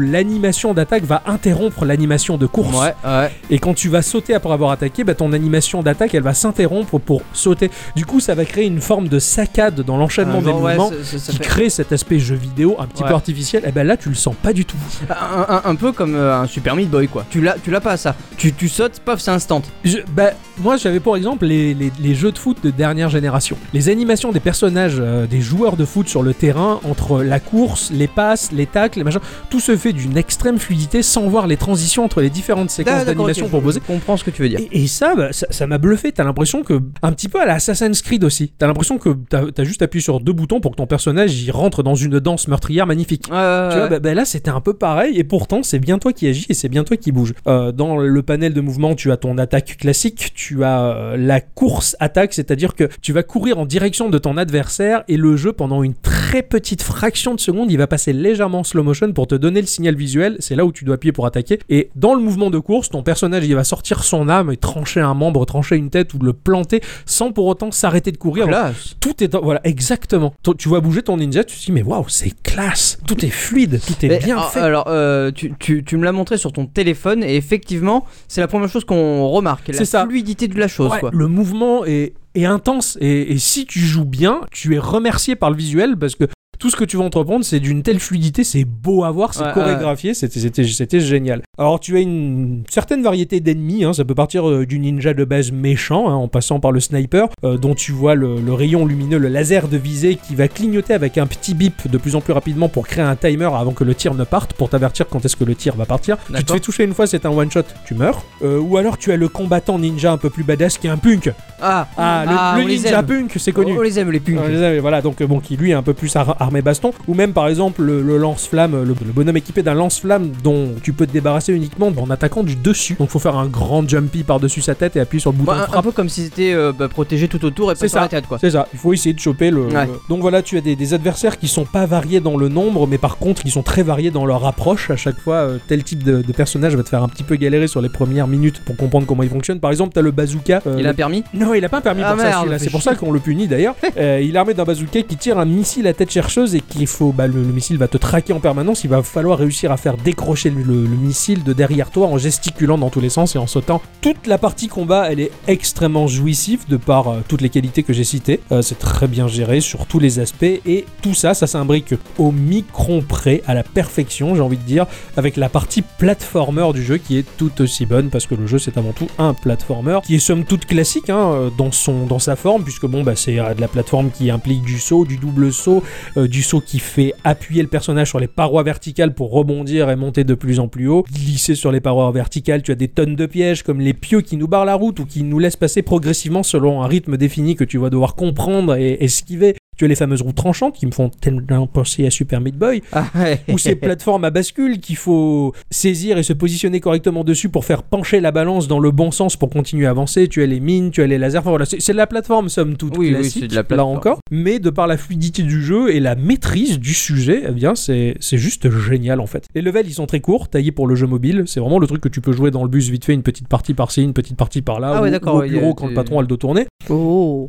Speaker 1: l'animation d'attaque va interrompre l'animation de course.
Speaker 2: Ouais, ouais.
Speaker 1: Et quand tu vas sauter après avoir attaqué, bah, ton animation d'attaque, elle va s'interrompre pour sauter. Du coup, ça va créer une forme de saccade dans l'enchaînement
Speaker 2: Un
Speaker 1: des
Speaker 2: genre, ouais,
Speaker 1: mouvements.
Speaker 2: ça- ça- ça
Speaker 1: qui
Speaker 2: fait-
Speaker 1: crée cet aspect jeu vidéo un petit
Speaker 2: Ouais.
Speaker 1: peu artificiel, et ben là tu le sens pas du tout.
Speaker 2: Un, un- un peu comme euh, un Super Meat Boy quoi. Tu l'as, tu l'as pas ça. Tu, tu sautes, paf, c'est instant.
Speaker 1: Je- bah, moi j'avais pour exemple les, les- les jeux de foot de dernière génération. Les animations des personnages, euh, des joueurs de foot sur le terrain, entre la course, les passes, les tacles, les machins, tout se fait d'une extrême fluidité sans voir les transitions entre les différentes séquences
Speaker 2: Ah, d'accord,
Speaker 1: d'animation
Speaker 2: ok, je-
Speaker 1: proposées.
Speaker 2: Je comprends ce que tu veux dire.
Speaker 1: Et, et ça, bah, ça, ça m'a bluffé. T'as l'impression que, un petit peu à la Assassin's Creed aussi, t'as l'impression que t'as t'as juste appuyé sur deux boutons pour que ton personnage y rentre dans une danse meurtrière magnifique.
Speaker 2: Ouais, ouais,
Speaker 1: Tu vois,
Speaker 2: ouais.
Speaker 1: bah, bah là c'était un peu pareil et pourtant c'est bien toi qui agis et c'est bien toi qui bouge. Euh, dans le panel de mouvement, tu as ton attaque classique, tu as euh, la course attaque, c'est-à-dire que tu vas courir en direction de ton adversaire et le jeu pendant une très petite fraction de seconde, il va passer légèrement en slow motion pour te donner le signal visuel. C'est là où tu dois appuyer pour attaquer et dans le mouvement de course, ton personnage il va sortir son âme et trancher un membre, trancher une tête ou le planter sans pour autant s'arrêter de courir.
Speaker 2: Classe.
Speaker 1: Tout est dans- voilà exactement. Tu- Tu vois bouger ton ninja, tu te dis mais waouh c'est classe, tout est fluide, tout est
Speaker 2: Mais,
Speaker 1: bien
Speaker 2: ah,
Speaker 1: fait.
Speaker 2: Alors, euh, tu, tu- tu me l'as montré sur ton téléphone et effectivement, c'est la première chose qu'on remarque. La
Speaker 1: C'est ça.
Speaker 2: fluidité de la chose
Speaker 1: Ouais,
Speaker 2: quoi.
Speaker 1: Le mouvement est, est intense et, et si tu joues bien, tu es remercié par le visuel parce que tout ce que tu vas entreprendre, c'est d'une telle fluidité, c'est beau à voir, c'est
Speaker 2: Ouais,
Speaker 1: chorégraphié, c'était- c'était c'était génial. Alors tu as une certaine variété d'ennemis, hein, ça peut partir euh, du ninja de base méchant, hein, en passant par le sniper, euh, dont tu vois le, le rayon lumineux, le laser de visée qui va clignoter avec un petit bip de plus en plus rapidement pour créer un timer avant que le tir ne parte, pour t'avertir quand est-ce que le tir va partir. Tu te
Speaker 2: D'accord.
Speaker 1: fais toucher une fois, c'est un one shot, tu meurs. Euh, ou alors tu as le combattant ninja un peu plus badass qui est un punk.
Speaker 2: Ah,
Speaker 1: Ah, le,
Speaker 2: ah,
Speaker 1: le
Speaker 2: on les
Speaker 1: ninja
Speaker 2: aime.
Speaker 1: punk, c'est connu.
Speaker 2: On, on les aime les punks.
Speaker 1: On les aime, voilà, donc euh, bon, qui lui est un peu plus ar- armé baston, ou même par exemple le, le lance-flamme, euh, le, le bonhomme équipé d'un lance-flamme dont tu peux te débarrasser uniquement en attaquant du dessus. Donc faut faire un grand jumpy par-dessus sa tête et appuyer sur le bouton
Speaker 2: Bah, un- un,
Speaker 1: frappe.
Speaker 2: peu comme si c'était euh, bah, protégé tout autour et
Speaker 1: C'est
Speaker 2: pas sur
Speaker 1: ça.
Speaker 2: la tête quoi.
Speaker 1: C'est ça, il faut essayer de choper le.
Speaker 2: Ouais.
Speaker 1: le- Donc voilà, tu as des, des adversaires qui sont pas variés dans le nombre, mais par contre, ils sont très variés dans leur approche. À chaque fois, euh, tel type de, de personnage va te faire un petit peu galérer sur les premières minutes pour comprendre comment il fonctionne. Par exemple, t'as le bazooka. euh,
Speaker 2: Il
Speaker 1: le
Speaker 2: a permis
Speaker 1: Non, il a pas un permis
Speaker 2: Ah
Speaker 1: pour ça,
Speaker 2: merde,
Speaker 1: celui-là.
Speaker 2: fait
Speaker 1: C'est pour
Speaker 2: chier.
Speaker 1: ça qu'on le punit d'ailleurs. Euh, il est armé d'un bazooka qui tire un missile à tête chercheuse chose et qu'il faut, bah, le, le missile va te traquer en permanence. Il va falloir réussir à faire décrocher le, le- le missile de derrière toi en gesticulant dans tous les sens et en sautant. Toute la partie combat, elle est extrêmement jouissive de par euh, toutes les qualités que j'ai citées. Euh, c'est très bien géré sur tous les aspects et tout ça, ça s'imbrique au micron près, à la perfection, j'ai envie de dire, avec la partie platformer du jeu qui est tout aussi bonne parce que le jeu c'est avant tout un platformer qui est somme toute classique hein, euh, dans, son, dans sa forme puisque bon bah c'est euh, de la plateforme qui implique du saut, du double saut, euh, du saut qui fait appuyer le personnage sur les parois verticales pour rebondir et monter de plus en plus haut, glisser sur les parois verticales, tu as des tonnes de pièges comme les pieux qui nous barrent la route ou qui nous laissent passer progressivement selon un rythme défini que tu vas devoir comprendre et esquiver. Tu as les fameuses roues tranchantes qui me font tellement penser à Super Meat Boy
Speaker 2: Ah, ouais.
Speaker 1: ou ces plateformes à bascule qu'il faut saisir et se positionner correctement dessus pour faire pencher la balance dans le bon sens pour continuer à avancer. Tu as les mines, tu as les lasers. Enfin, voilà, c'est c'est de la plateforme somme toute
Speaker 2: Oui, oui,
Speaker 1: classique,
Speaker 2: c'est de la plateforme.
Speaker 1: là encore. Mais de par la fluidité du jeu et la maîtrise du sujet, eh bien c'est c'est juste génial en fait. Les levels ils sont très courts, taillés pour le jeu mobile. C'est vraiment le truc que tu peux jouer dans le bus vite fait, une petite partie par-ci, une petite partie par-là,
Speaker 2: Ah
Speaker 1: ou-
Speaker 2: ouais,
Speaker 1: ou
Speaker 2: d'accord,
Speaker 1: au
Speaker 2: ouais,
Speaker 1: bureau
Speaker 2: y a-
Speaker 1: quand le
Speaker 2: c'est-
Speaker 1: patron a le dos tourné.
Speaker 3: Oh.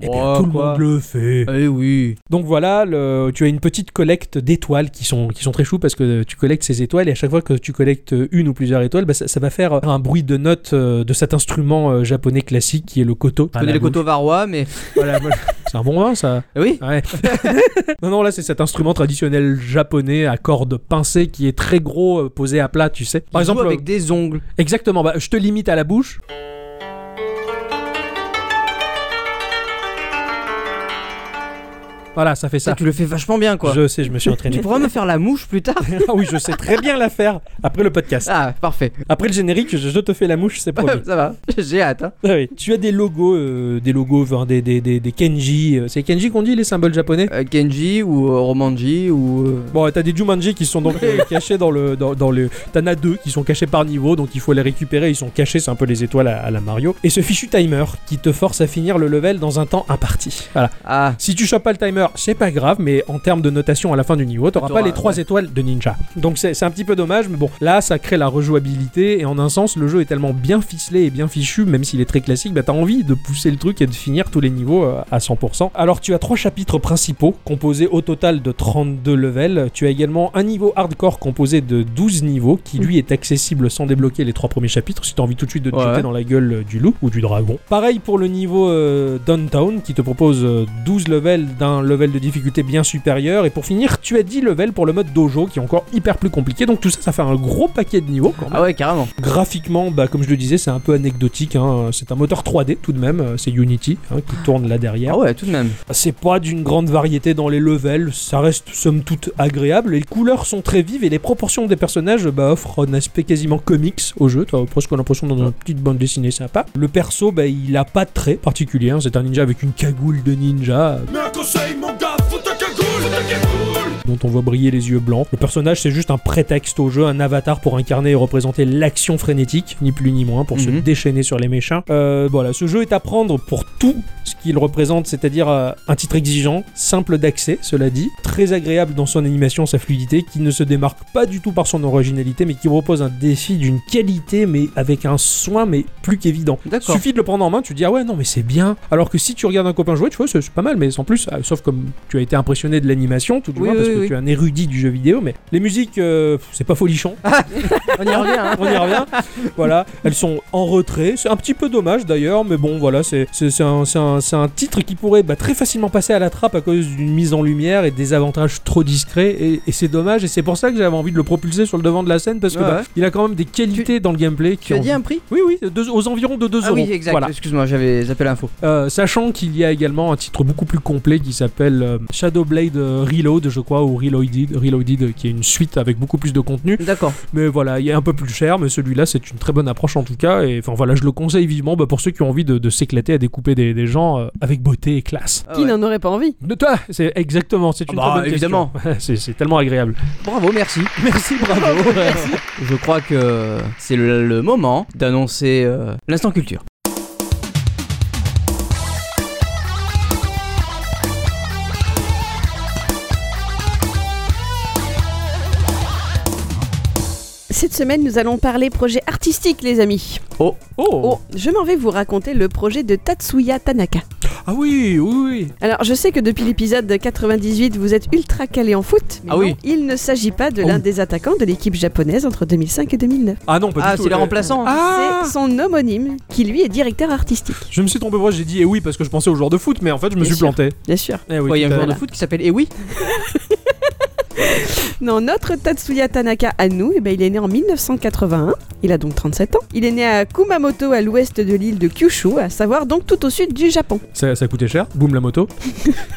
Speaker 1: Et bien Eh ben, tout
Speaker 2: quoi.
Speaker 1: le monde le fait.
Speaker 2: Eh oui.
Speaker 1: Donc voilà, le- tu as une petite collecte d'étoiles qui sont, qui sont très choues parce que tu collectes ces étoiles et à chaque fois que tu collectes une ou plusieurs étoiles, bah, ça, ça va faire un bruit de note euh, de cet instrument euh, japonais classique qui est le koto.
Speaker 2: Je connais le coteau varois, mais.
Speaker 1: Voilà, moi, je- c'est un bon vin ça.
Speaker 2: Ah Oui.
Speaker 1: Ouais. non, non, là c'est cet instrument traditionnel japonais à cordes pincées qui est très gros, euh, posé à plat, tu sais. Par
Speaker 2: Il joue
Speaker 1: exemple,
Speaker 2: avec des ongles.
Speaker 1: Exactement, bah, je te limite à la bouche. Voilà, ça fait ça.
Speaker 2: Ça, Bah, tu le fais vachement bien, quoi.
Speaker 1: Je sais, je me suis
Speaker 2: Tu
Speaker 1: entraîné.
Speaker 2: pourras me faire la mouche plus tard.
Speaker 1: ah oui, je sais très bien la faire après le podcast.
Speaker 2: Ah, parfait.
Speaker 1: Après le générique, je, je te fais la mouche, c'est
Speaker 2: Ça
Speaker 1: promis.
Speaker 2: va. J'ai hâte. hein.
Speaker 1: Ah oui. Tu as des logos, euh, des logos, enfin, des, des, des, des Kenji. euh, C'est Kenji qu'on dit, les symboles japonais
Speaker 2: Euh, Kenji ou euh, Romanji ou. euh,
Speaker 1: Bon, t'as des Jumanji qui sont donc euh, cachés dans le. Dans, dans le... T'en as deux qui sont cachés par niveau, donc il faut les récupérer. Ils sont cachés, c'est un peu les étoiles à, à la Mario. Et ce fichu timer qui te force à finir le level dans un temps imparti. Voilà.
Speaker 2: Ah.
Speaker 1: Si tu chopes pas le timer, c'est pas grave, mais en termes de notation à la fin du niveau, t'auras
Speaker 2: T'auras-
Speaker 1: pas les trois
Speaker 2: ouais.
Speaker 1: étoiles de ninja. Donc c'est c'est un petit peu dommage, mais bon, là ça crée la rejouabilité et en un sens, le jeu est tellement bien ficelé et bien fichu, même s'il est très classique, bah t'as envie de pousser le truc et de finir tous les niveaux euh, à 100%. Alors tu as trois chapitres principaux composés au total de 32 levels. Tu as également un niveau hardcore composé de 12 niveaux qui lui est accessible sans débloquer les trois premiers chapitres si t'as envie tout de suite de te
Speaker 2: Ouais.
Speaker 1: jeter dans la gueule euh, du loup ou du dragon. Pareil pour le niveau euh, Downtown qui te propose euh, 12 levels d'un level de difficulté bien supérieur. Et pour finir, tu as 10 levels pour le mode dojo qui est encore hyper plus compliqué. Donc tout ça, ça fait un gros paquet de niveaux quand même.
Speaker 2: Ah ouais, carrément.
Speaker 1: Graphiquement, bah, comme je le disais, c'est un peu anecdotique. hein. C'est un moteur 3D tout de même. euh, C'est Unity hein, qui tourne là derrière.
Speaker 2: Ah ouais, tout de même.
Speaker 1: C'est pas d'une grande variété dans les levels, ça reste somme toute agréable, les couleurs sont très vives et les proportions des personnages bah, offrent un aspect quasiment comics au jeu, t'as presque l'impression dans une petite bande dessinée sympa. Le perso, bah, il a pas de trait particulier, hein. c'est un ninja avec une cagoule de ninja,
Speaker 4: Mais un conseil mon gars, faut ta cagoule, faut ta cagoule
Speaker 1: dont on voit briller les yeux blancs. Le personnage, c'est juste un prétexte au jeu, un avatar pour incarner et représenter l'action frénétique, ni plus ni moins, pour se
Speaker 2: Mhm.
Speaker 1: déchaîner sur les méchants. Euh, voilà, ce jeu est à prendre pour tout ce qu'il représente, c'est-à-dire euh, un titre exigeant, simple d'accès, cela dit, très agréable dans son animation, sa fluidité, qui ne se démarque pas du tout par son originalité, mais qui propose un défi d'une qualité, mais avec un soin, mais plus qu'évident.
Speaker 2: D'accord.
Speaker 1: Suffit de le prendre en main, tu te dis ah ouais non mais c'est bien. Alors que si tu regardes un copain jouer, tu vois c'est c'est pas mal, mais sans plus. ah, sauf comme tu as été impressionné de l'animation, tout du
Speaker 2: Oui,
Speaker 1: moins parce
Speaker 2: oui,
Speaker 1: que
Speaker 2: oui.
Speaker 1: tu es un érudit du jeu vidéo, mais les musiques euh, c'est pas folichon.
Speaker 2: On y revient. hein.
Speaker 1: On y revient. voilà, elles sont en retrait. C'est un petit peu dommage d'ailleurs, mais bon voilà c'est c'est c'est un, c'est un- c'est un titre qui pourrait bah, très facilement passer à la trappe à cause d'une mise en lumière et des avantages trop discrets et, et c'est dommage et c'est pour ça que j'avais envie de le propulser sur le devant de la scène parce que
Speaker 2: Ouais,
Speaker 1: bah,
Speaker 2: ouais.
Speaker 1: il a quand même des qualités dans le gameplay. qui
Speaker 2: Tu as
Speaker 1: ont-
Speaker 2: dit un prix
Speaker 1: Oui oui, deux- aux environs de 2
Speaker 2: Ah
Speaker 1: euros.
Speaker 2: oui, exact.
Speaker 1: Voilà.
Speaker 2: Excuse-moi, j'avais zappé l'info.
Speaker 1: Euh, sachant qu'il y a également un titre beaucoup plus complet qui s'appelle euh, Shadowblade euh, Reload, je crois, ou Reloaded, Reloaded, euh, qui est une suite avec beaucoup plus de contenu.
Speaker 2: D'accord.
Speaker 1: Mais voilà, il est un peu plus cher, mais celui-là, c'est une très bonne approche en tout cas. Et enfin voilà, je le conseille vivement bah, pour ceux qui ont envie de, de s'éclater à découper des, des gens euh, avec beauté et classe.
Speaker 2: Ah
Speaker 3: Qui
Speaker 2: ouais.
Speaker 3: n'en aurait pas envie
Speaker 1: De toi, c'est exactement, c'est une
Speaker 2: Ah bah,
Speaker 1: très bonne
Speaker 2: évidemment.
Speaker 1: question. c'est, c'est tellement agréable.
Speaker 2: Bravo, merci.
Speaker 1: Merci, bravo.
Speaker 2: Je crois que c'est le, le moment d'annoncer euh, l'instant culture.
Speaker 3: Cette semaine, nous allons parler projet artistique, les amis.
Speaker 1: oh.
Speaker 3: Oh, je m'en vais vous raconter le projet de Tatsuya Tanaka.
Speaker 1: Ah oui, oui, oui.
Speaker 3: Alors, je sais que depuis l'épisode 98, vous êtes ultra calé en foot. Mais
Speaker 2: Ah
Speaker 3: non,
Speaker 2: oui.
Speaker 3: Il ne s'agit pas de
Speaker 1: Oh.
Speaker 3: l'un des attaquants de l'équipe japonaise entre 2005 et 2009.
Speaker 1: Ah non, pas
Speaker 2: Ah,
Speaker 1: du tout.
Speaker 2: c'est les
Speaker 1: euh,
Speaker 2: remplaçants.
Speaker 1: Ah
Speaker 3: C'est son homonyme, qui lui est directeur artistique.
Speaker 1: Je me suis trompé, moi j'ai dit eh oui parce que je pensais aux joueurs de foot, mais en fait je me
Speaker 3: Bien
Speaker 1: suis
Speaker 3: sûr.
Speaker 1: planté.
Speaker 3: Bien sûr.
Speaker 1: Eh oui,
Speaker 2: Ouais, Il y a un
Speaker 1: tout à
Speaker 2: joueur de
Speaker 1: l'heure.
Speaker 2: foot qui s'appelle eh Ewi.
Speaker 3: Non, notre Tatsuya Tanaka à nous, eh ben, il est né en 1981. Il a donc 37 ans. Il est né à Kumamoto, à l'ouest de l'île de Kyushu, à savoir donc tout au sud du Japon.
Speaker 1: ça, ça coûtait cher, boum la moto.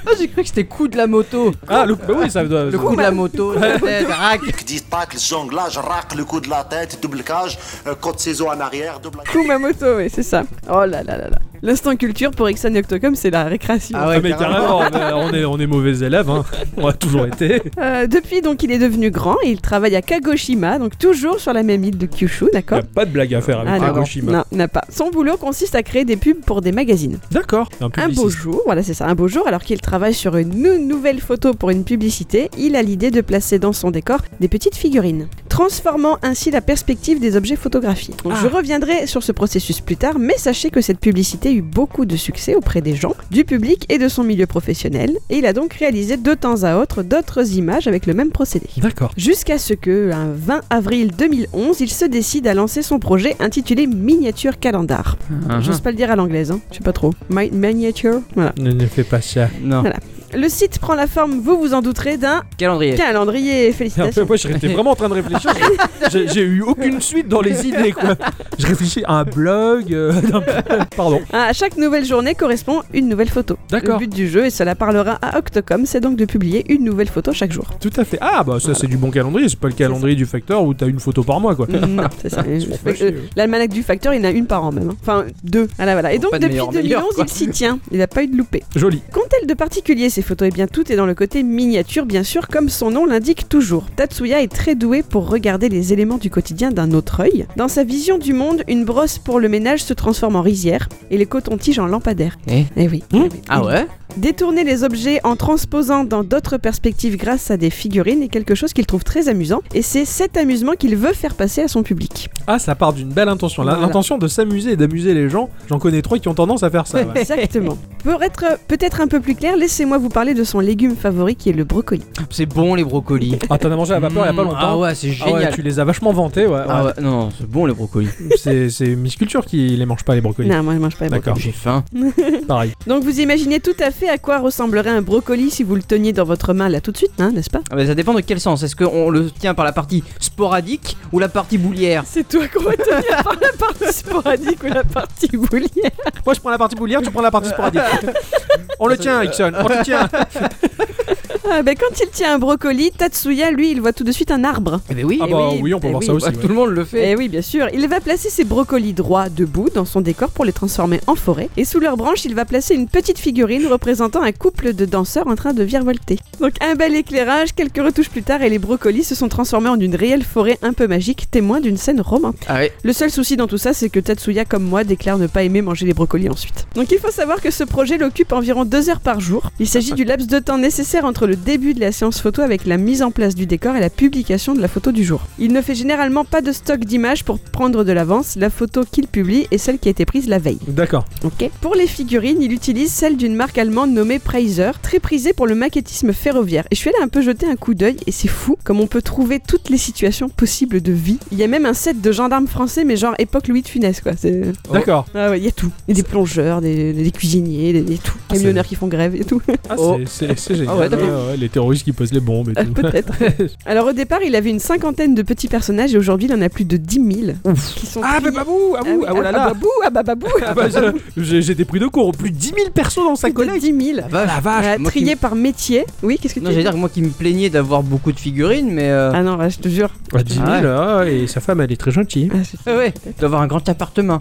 Speaker 2: Ah, j'ai cru que c'était coup de la moto.
Speaker 1: Ah, le, bah oui, ça doit.
Speaker 2: Le coup de la moto, Ah, la tête, rac.
Speaker 5: Dites tac, le jonglage, racle le coup de la tête, double cage, euh, côte ciseau en arrière, double...
Speaker 3: Kumamoto, oui, c'est ça. Oh là là là là. L'instant culture pour Ixon et Octocom, c'est la récréation.
Speaker 2: Ah
Speaker 1: Ah,
Speaker 2: ouais,
Speaker 1: mais carrément, mais on est, on est mauvais élèves, hein. on a toujours été.
Speaker 3: Euh, depuis, donc, il est devenu grand et il travaille à Kagoshima, donc toujours sur la même île de Kyushu,
Speaker 1: Il
Speaker 3: d'accord
Speaker 1: a pas de blague à faire Ah, avec
Speaker 3: Ah, non,
Speaker 1: Kagoshima.
Speaker 3: non, n'a pas. Son boulot consiste à créer des pubs pour des magazines.
Speaker 1: D'accord, un
Speaker 3: Un
Speaker 1: publiciste.
Speaker 3: beau jour, voilà c'est ça, un beau jour, alors qu'il travaille sur une nou- nouvelle photo pour une publicité, il a l'idée de placer dans son décor des petites figurines, transformant ainsi la perspective des objets photographiés. Donc,
Speaker 1: Ah.
Speaker 3: Je reviendrai sur ce processus plus tard, mais sachez que cette publicité eut beaucoup de succès auprès des gens, du public et de son milieu professionnel, et il a donc réalisé de temps à autre d'autres images avec le même procédé.
Speaker 1: D'accord.
Speaker 3: Jusqu'à ce que, un 20 avril 2011, il se décide à lancer son projet intitulé Miniature Calendar.
Speaker 2: Ah
Speaker 3: J'ose pas le dire à l'anglaise, hein. je sais pas trop. Mi- miniature, voilà.
Speaker 1: Ne, ne fais pas ça.
Speaker 2: Non.
Speaker 3: Le site prend la forme, vous vous en douterez, d'un
Speaker 2: Calendrier.
Speaker 3: calendrier.
Speaker 1: Un peu,
Speaker 3: Félicitations.
Speaker 1: moi j'étais vraiment en train de réfléchir. J'ai j'ai eu aucune suite dans les idées quoi. Je réfléchis à un blog. euh, d'un- Pardon.
Speaker 3: Ah, À chaque nouvelle journée correspond une nouvelle photo. Le
Speaker 1: D'accord.
Speaker 3: but du jeu, et cela parlera à Octocom, c'est donc de publier une nouvelle photo chaque jour.
Speaker 1: Tout à fait. Ah bah ça c'est du bon calendrier, c'est pas le calendrier du facteur où t'as une photo par mois quoi.
Speaker 3: non, Mm, c'est ça. Euh,
Speaker 1: Ils se font pas chier, eux.
Speaker 3: L'almanach du facteur, il en a une par an même. hein. Enfin, deux. Voilà, voilà. Et
Speaker 2: Bon,
Speaker 3: donc,
Speaker 2: pas de
Speaker 3: depuis
Speaker 2: meilleur en
Speaker 3: 2011,
Speaker 2: meilleur, quoi.
Speaker 3: il s'y tient. Il n'a pas eu de loupé.
Speaker 1: Joli.
Speaker 3: Qu'ont-elles de particulier ces photos Eh bien, tout est dans le côté miniature, bien sûr, comme son nom l'indique toujours. Tatsuya est très doué pour regarder les éléments du quotidien d'un autre œil. Dans sa vision du monde, une brosse pour le ménage se transforme en rizière et les cotons-tiges en lampadaires.
Speaker 2: Eh
Speaker 3: oui.
Speaker 1: Hmm
Speaker 3: Eh oui.
Speaker 2: Ah ouais
Speaker 3: Détourner les objets en transposant dans d'autres perspectives grâce à des figurines est quelque chose qu'il trouve très amusant et c'est cet amusement qu'il veut faire passer à son public.
Speaker 1: Ah ça part d'une belle intention. La-
Speaker 3: Voilà.
Speaker 1: L'intention de s'amuser et d'amuser les gens. J'en connais trois qui ont tendance à faire ça. ouais.
Speaker 3: Exactement. Pour être peut-être un peu plus clair, laissez-moi vous parler de son légume favori qui est le brocoli.
Speaker 2: C'est bon les brocolis.
Speaker 1: Ah t'en as mangé à la vapeur il y a pas
Speaker 2: Mm,
Speaker 1: longtemps.
Speaker 2: Ah ouais, c'est
Speaker 1: Ah ouais,
Speaker 2: génial.
Speaker 1: tu les as vachement vantés, ouais.
Speaker 2: Ah
Speaker 1: ouais.
Speaker 2: ouais, non, non, c'est bon les brocolis.
Speaker 1: C'est c'est Miss Culture qui les mange pas les brocolis.
Speaker 3: Non, moi je mange pas les brocolis.
Speaker 1: D'accord,
Speaker 2: J'ai faim.
Speaker 1: pareil.
Speaker 3: Donc vous imaginez tout à fait à quoi ressemblerait un brocoli si vous le teniez dans votre main là tout de suite, hein, n'est-ce pas
Speaker 2: Ah bah, ça dépend de quel sens. Est-ce qu'on le tient par la partie sporadique ou la partie boulière
Speaker 3: C'est toi qu'on va tenir par la partie sporadique ou la partie boulière.
Speaker 1: Moi je prends la partie boulière, tu prends la partie sporadique. on le tient, Ixon, on le tient.
Speaker 3: Ah ben quand il tient un brocoli, Tatsuya, lui, il voit tout de suite un arbre.
Speaker 2: Eh ben oui.
Speaker 1: Ah
Speaker 3: Eh
Speaker 1: bah
Speaker 3: oui,
Speaker 1: oui, on peut
Speaker 3: eh
Speaker 1: voir
Speaker 3: oui,
Speaker 1: ça aussi.
Speaker 2: Bah,
Speaker 1: ouais.
Speaker 2: Tout le monde le fait.
Speaker 3: Eh oui, bien sûr, il va placer ses brocolis droits debout dans son décor pour les transformer en forêt. Et sous leurs branches, il va placer une petite figurine représentant un couple de danseurs en train de virevolter. Donc un bel éclairage, quelques retouches plus tard, et les brocolis se sont transformés en une réelle forêt un peu magique, témoin d'une scène romantique.
Speaker 2: Ah ouais.
Speaker 3: Le seul souci dans tout ça, c'est que Tatsuya, comme moi, déclare ne pas aimer manger les brocolis ensuite. Donc il faut savoir que ce projet l'occupe environ deux heures par jour. Il s'agit du laps de temps nécessaire entre le début de la séance photo avec la mise en place du décor et la publication de la photo du jour. Il ne fait généralement pas de stock d'images pour prendre de l'avance. La photo qu'il publie est celle qui a été prise la veille.
Speaker 1: D'accord.
Speaker 3: Ok. Pour les figurines, il utilise celle d'une marque allemande nommée Preiser, très prisée pour le maquettisme ferroviaire. Et je suis allée un peu jeter un coup d'œil et c'est fou comme on peut trouver toutes les situations possibles de vie. Il y a même un set de gendarmes français mais genre époque Louis de Funès quoi. C'est-
Speaker 1: D'accord.
Speaker 3: Ah ouais, il y a tout. Il y a des plongeurs, des, des cuisiniers, des, des tout.
Speaker 1: Ah, c'est-
Speaker 3: Camionneurs qui font grève et tout.
Speaker 1: Ah,
Speaker 2: Oh.
Speaker 1: c'est- c'est c'est génial.
Speaker 2: Ah ouais, d'accord.
Speaker 1: Ouais, ouais, les terroristes qui posent les bombes et
Speaker 3: Ah,
Speaker 1: tout.
Speaker 3: Peut-être. Alors au départ, il avait une cinquantaine de petits personnages et aujourd'hui, il en a plus de 10 000 qui sont
Speaker 1: ah,
Speaker 3: triés-
Speaker 1: bah babou, ah,
Speaker 3: Ah
Speaker 1: ouh,
Speaker 3: oui,
Speaker 1: ah, oh là
Speaker 3: ah,
Speaker 1: là.
Speaker 3: babou, ah bah babou.
Speaker 1: Ah bah, je- j'ai- J'étais pris de court. Plus de 10 000 persos dans sa
Speaker 3: Plus de
Speaker 1: collecte.
Speaker 3: 10 000.
Speaker 2: vache.
Speaker 1: Ah bah, La vache.
Speaker 3: Voilà,
Speaker 2: moi qui
Speaker 3: triés par métier. Oui, qu'est-ce que tu
Speaker 2: Non, j'allais dire que moi qui me plaignais d'avoir beaucoup de figurines, mais. euh,
Speaker 3: Ah non, ouais, je te jure.
Speaker 1: Ah, 10 000,
Speaker 2: Ah ouais.
Speaker 1: ah, et sa femme, elle est très gentille.
Speaker 3: Ah, c'est-
Speaker 2: Ah ouais, d'avoir un grand appartement.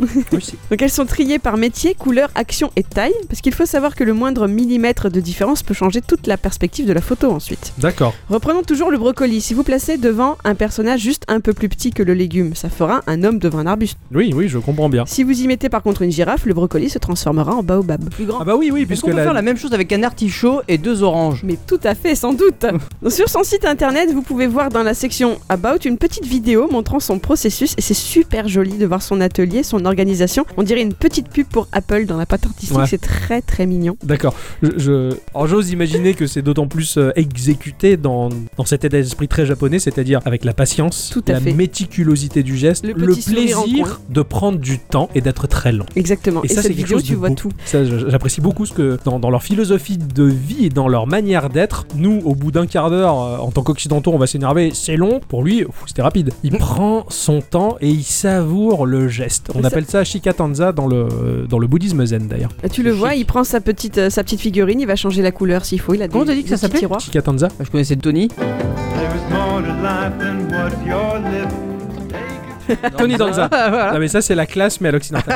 Speaker 3: Donc elles sont triées par métier, couleur, action et taille, parce qu'il faut savoir que le moindre millimètre de différence peut changer toute la perspective de la photo ensuite.
Speaker 1: D'accord.
Speaker 3: Reprenons toujours le brocoli. Si vous placez devant un personnage juste un peu plus petit que le légume, ça fera un homme devant un arbuste.
Speaker 1: Oui, oui, je comprends bien.
Speaker 3: Si vous y mettez par contre une girafe, le brocoli se transformera en baobab.
Speaker 2: Plus grand.
Speaker 1: Ah bah oui, oui,
Speaker 2: Est-ce
Speaker 1: puisque
Speaker 2: qu'on peut
Speaker 1: la...
Speaker 2: faire la même chose avec un artichaut et deux oranges
Speaker 3: Mais tout à fait, sans doute. Donc, sur son site internet, vous pouvez voir dans la section About une petite vidéo montrant son processus et c'est super joli de voir son atelier, son organisation. On dirait une petite pub pour Apple dans la pâte artistique,
Speaker 1: Ouais.
Speaker 3: c'est très très mignon.
Speaker 1: D'accord. Je, je- Alors j'ose imaginer que c'est d'autant plus euh, exécuté dans, dans cet état d'esprit très japonais, c'est-à-dire avec la patience,
Speaker 3: Tout à
Speaker 1: la
Speaker 3: fait.
Speaker 1: méticulosité du geste,
Speaker 3: Le
Speaker 1: le,
Speaker 3: petit sourire en
Speaker 1: plaisir de prendre du temps et d'être très lent.
Speaker 3: Exactement. Et,
Speaker 1: ça,
Speaker 3: cette
Speaker 1: c'est quelque
Speaker 3: vidéo,
Speaker 1: chose de
Speaker 3: tu vois
Speaker 1: beau.
Speaker 3: tout.
Speaker 1: Ça, je- j'apprécie beaucoup ce que dans, dans leur philosophie de vie et dans leur manière d'être, nous, au bout d'un quart d'heure, euh, en tant qu'occidentaux, on va s'énerver. C'est long. Pour lui, pff, c'était rapide. Il
Speaker 3: Mm.
Speaker 1: prend son temps et il savoure le geste. On
Speaker 3: Mais ça-
Speaker 1: appelle ça shikatanza dans le euh, dans le bouddhisme zen d'ailleurs.
Speaker 3: Tu le
Speaker 2: C'est
Speaker 3: vois,
Speaker 2: chic.
Speaker 3: il prend sa petite, euh, sa petite figurine, il va changer la couleur s'il faut. Il a des,
Speaker 2: Comment t'as dit que
Speaker 3: des
Speaker 2: ça s'appelait
Speaker 3: petits tiroirs.
Speaker 1: Shikatanza.
Speaker 2: Ah, Je connaissais Tony.
Speaker 4: There is more to life than what your lips take.
Speaker 1: Tony Danza.
Speaker 2: Ah, voilà.
Speaker 1: Non mais ça c'est la classe mais à l'occidental.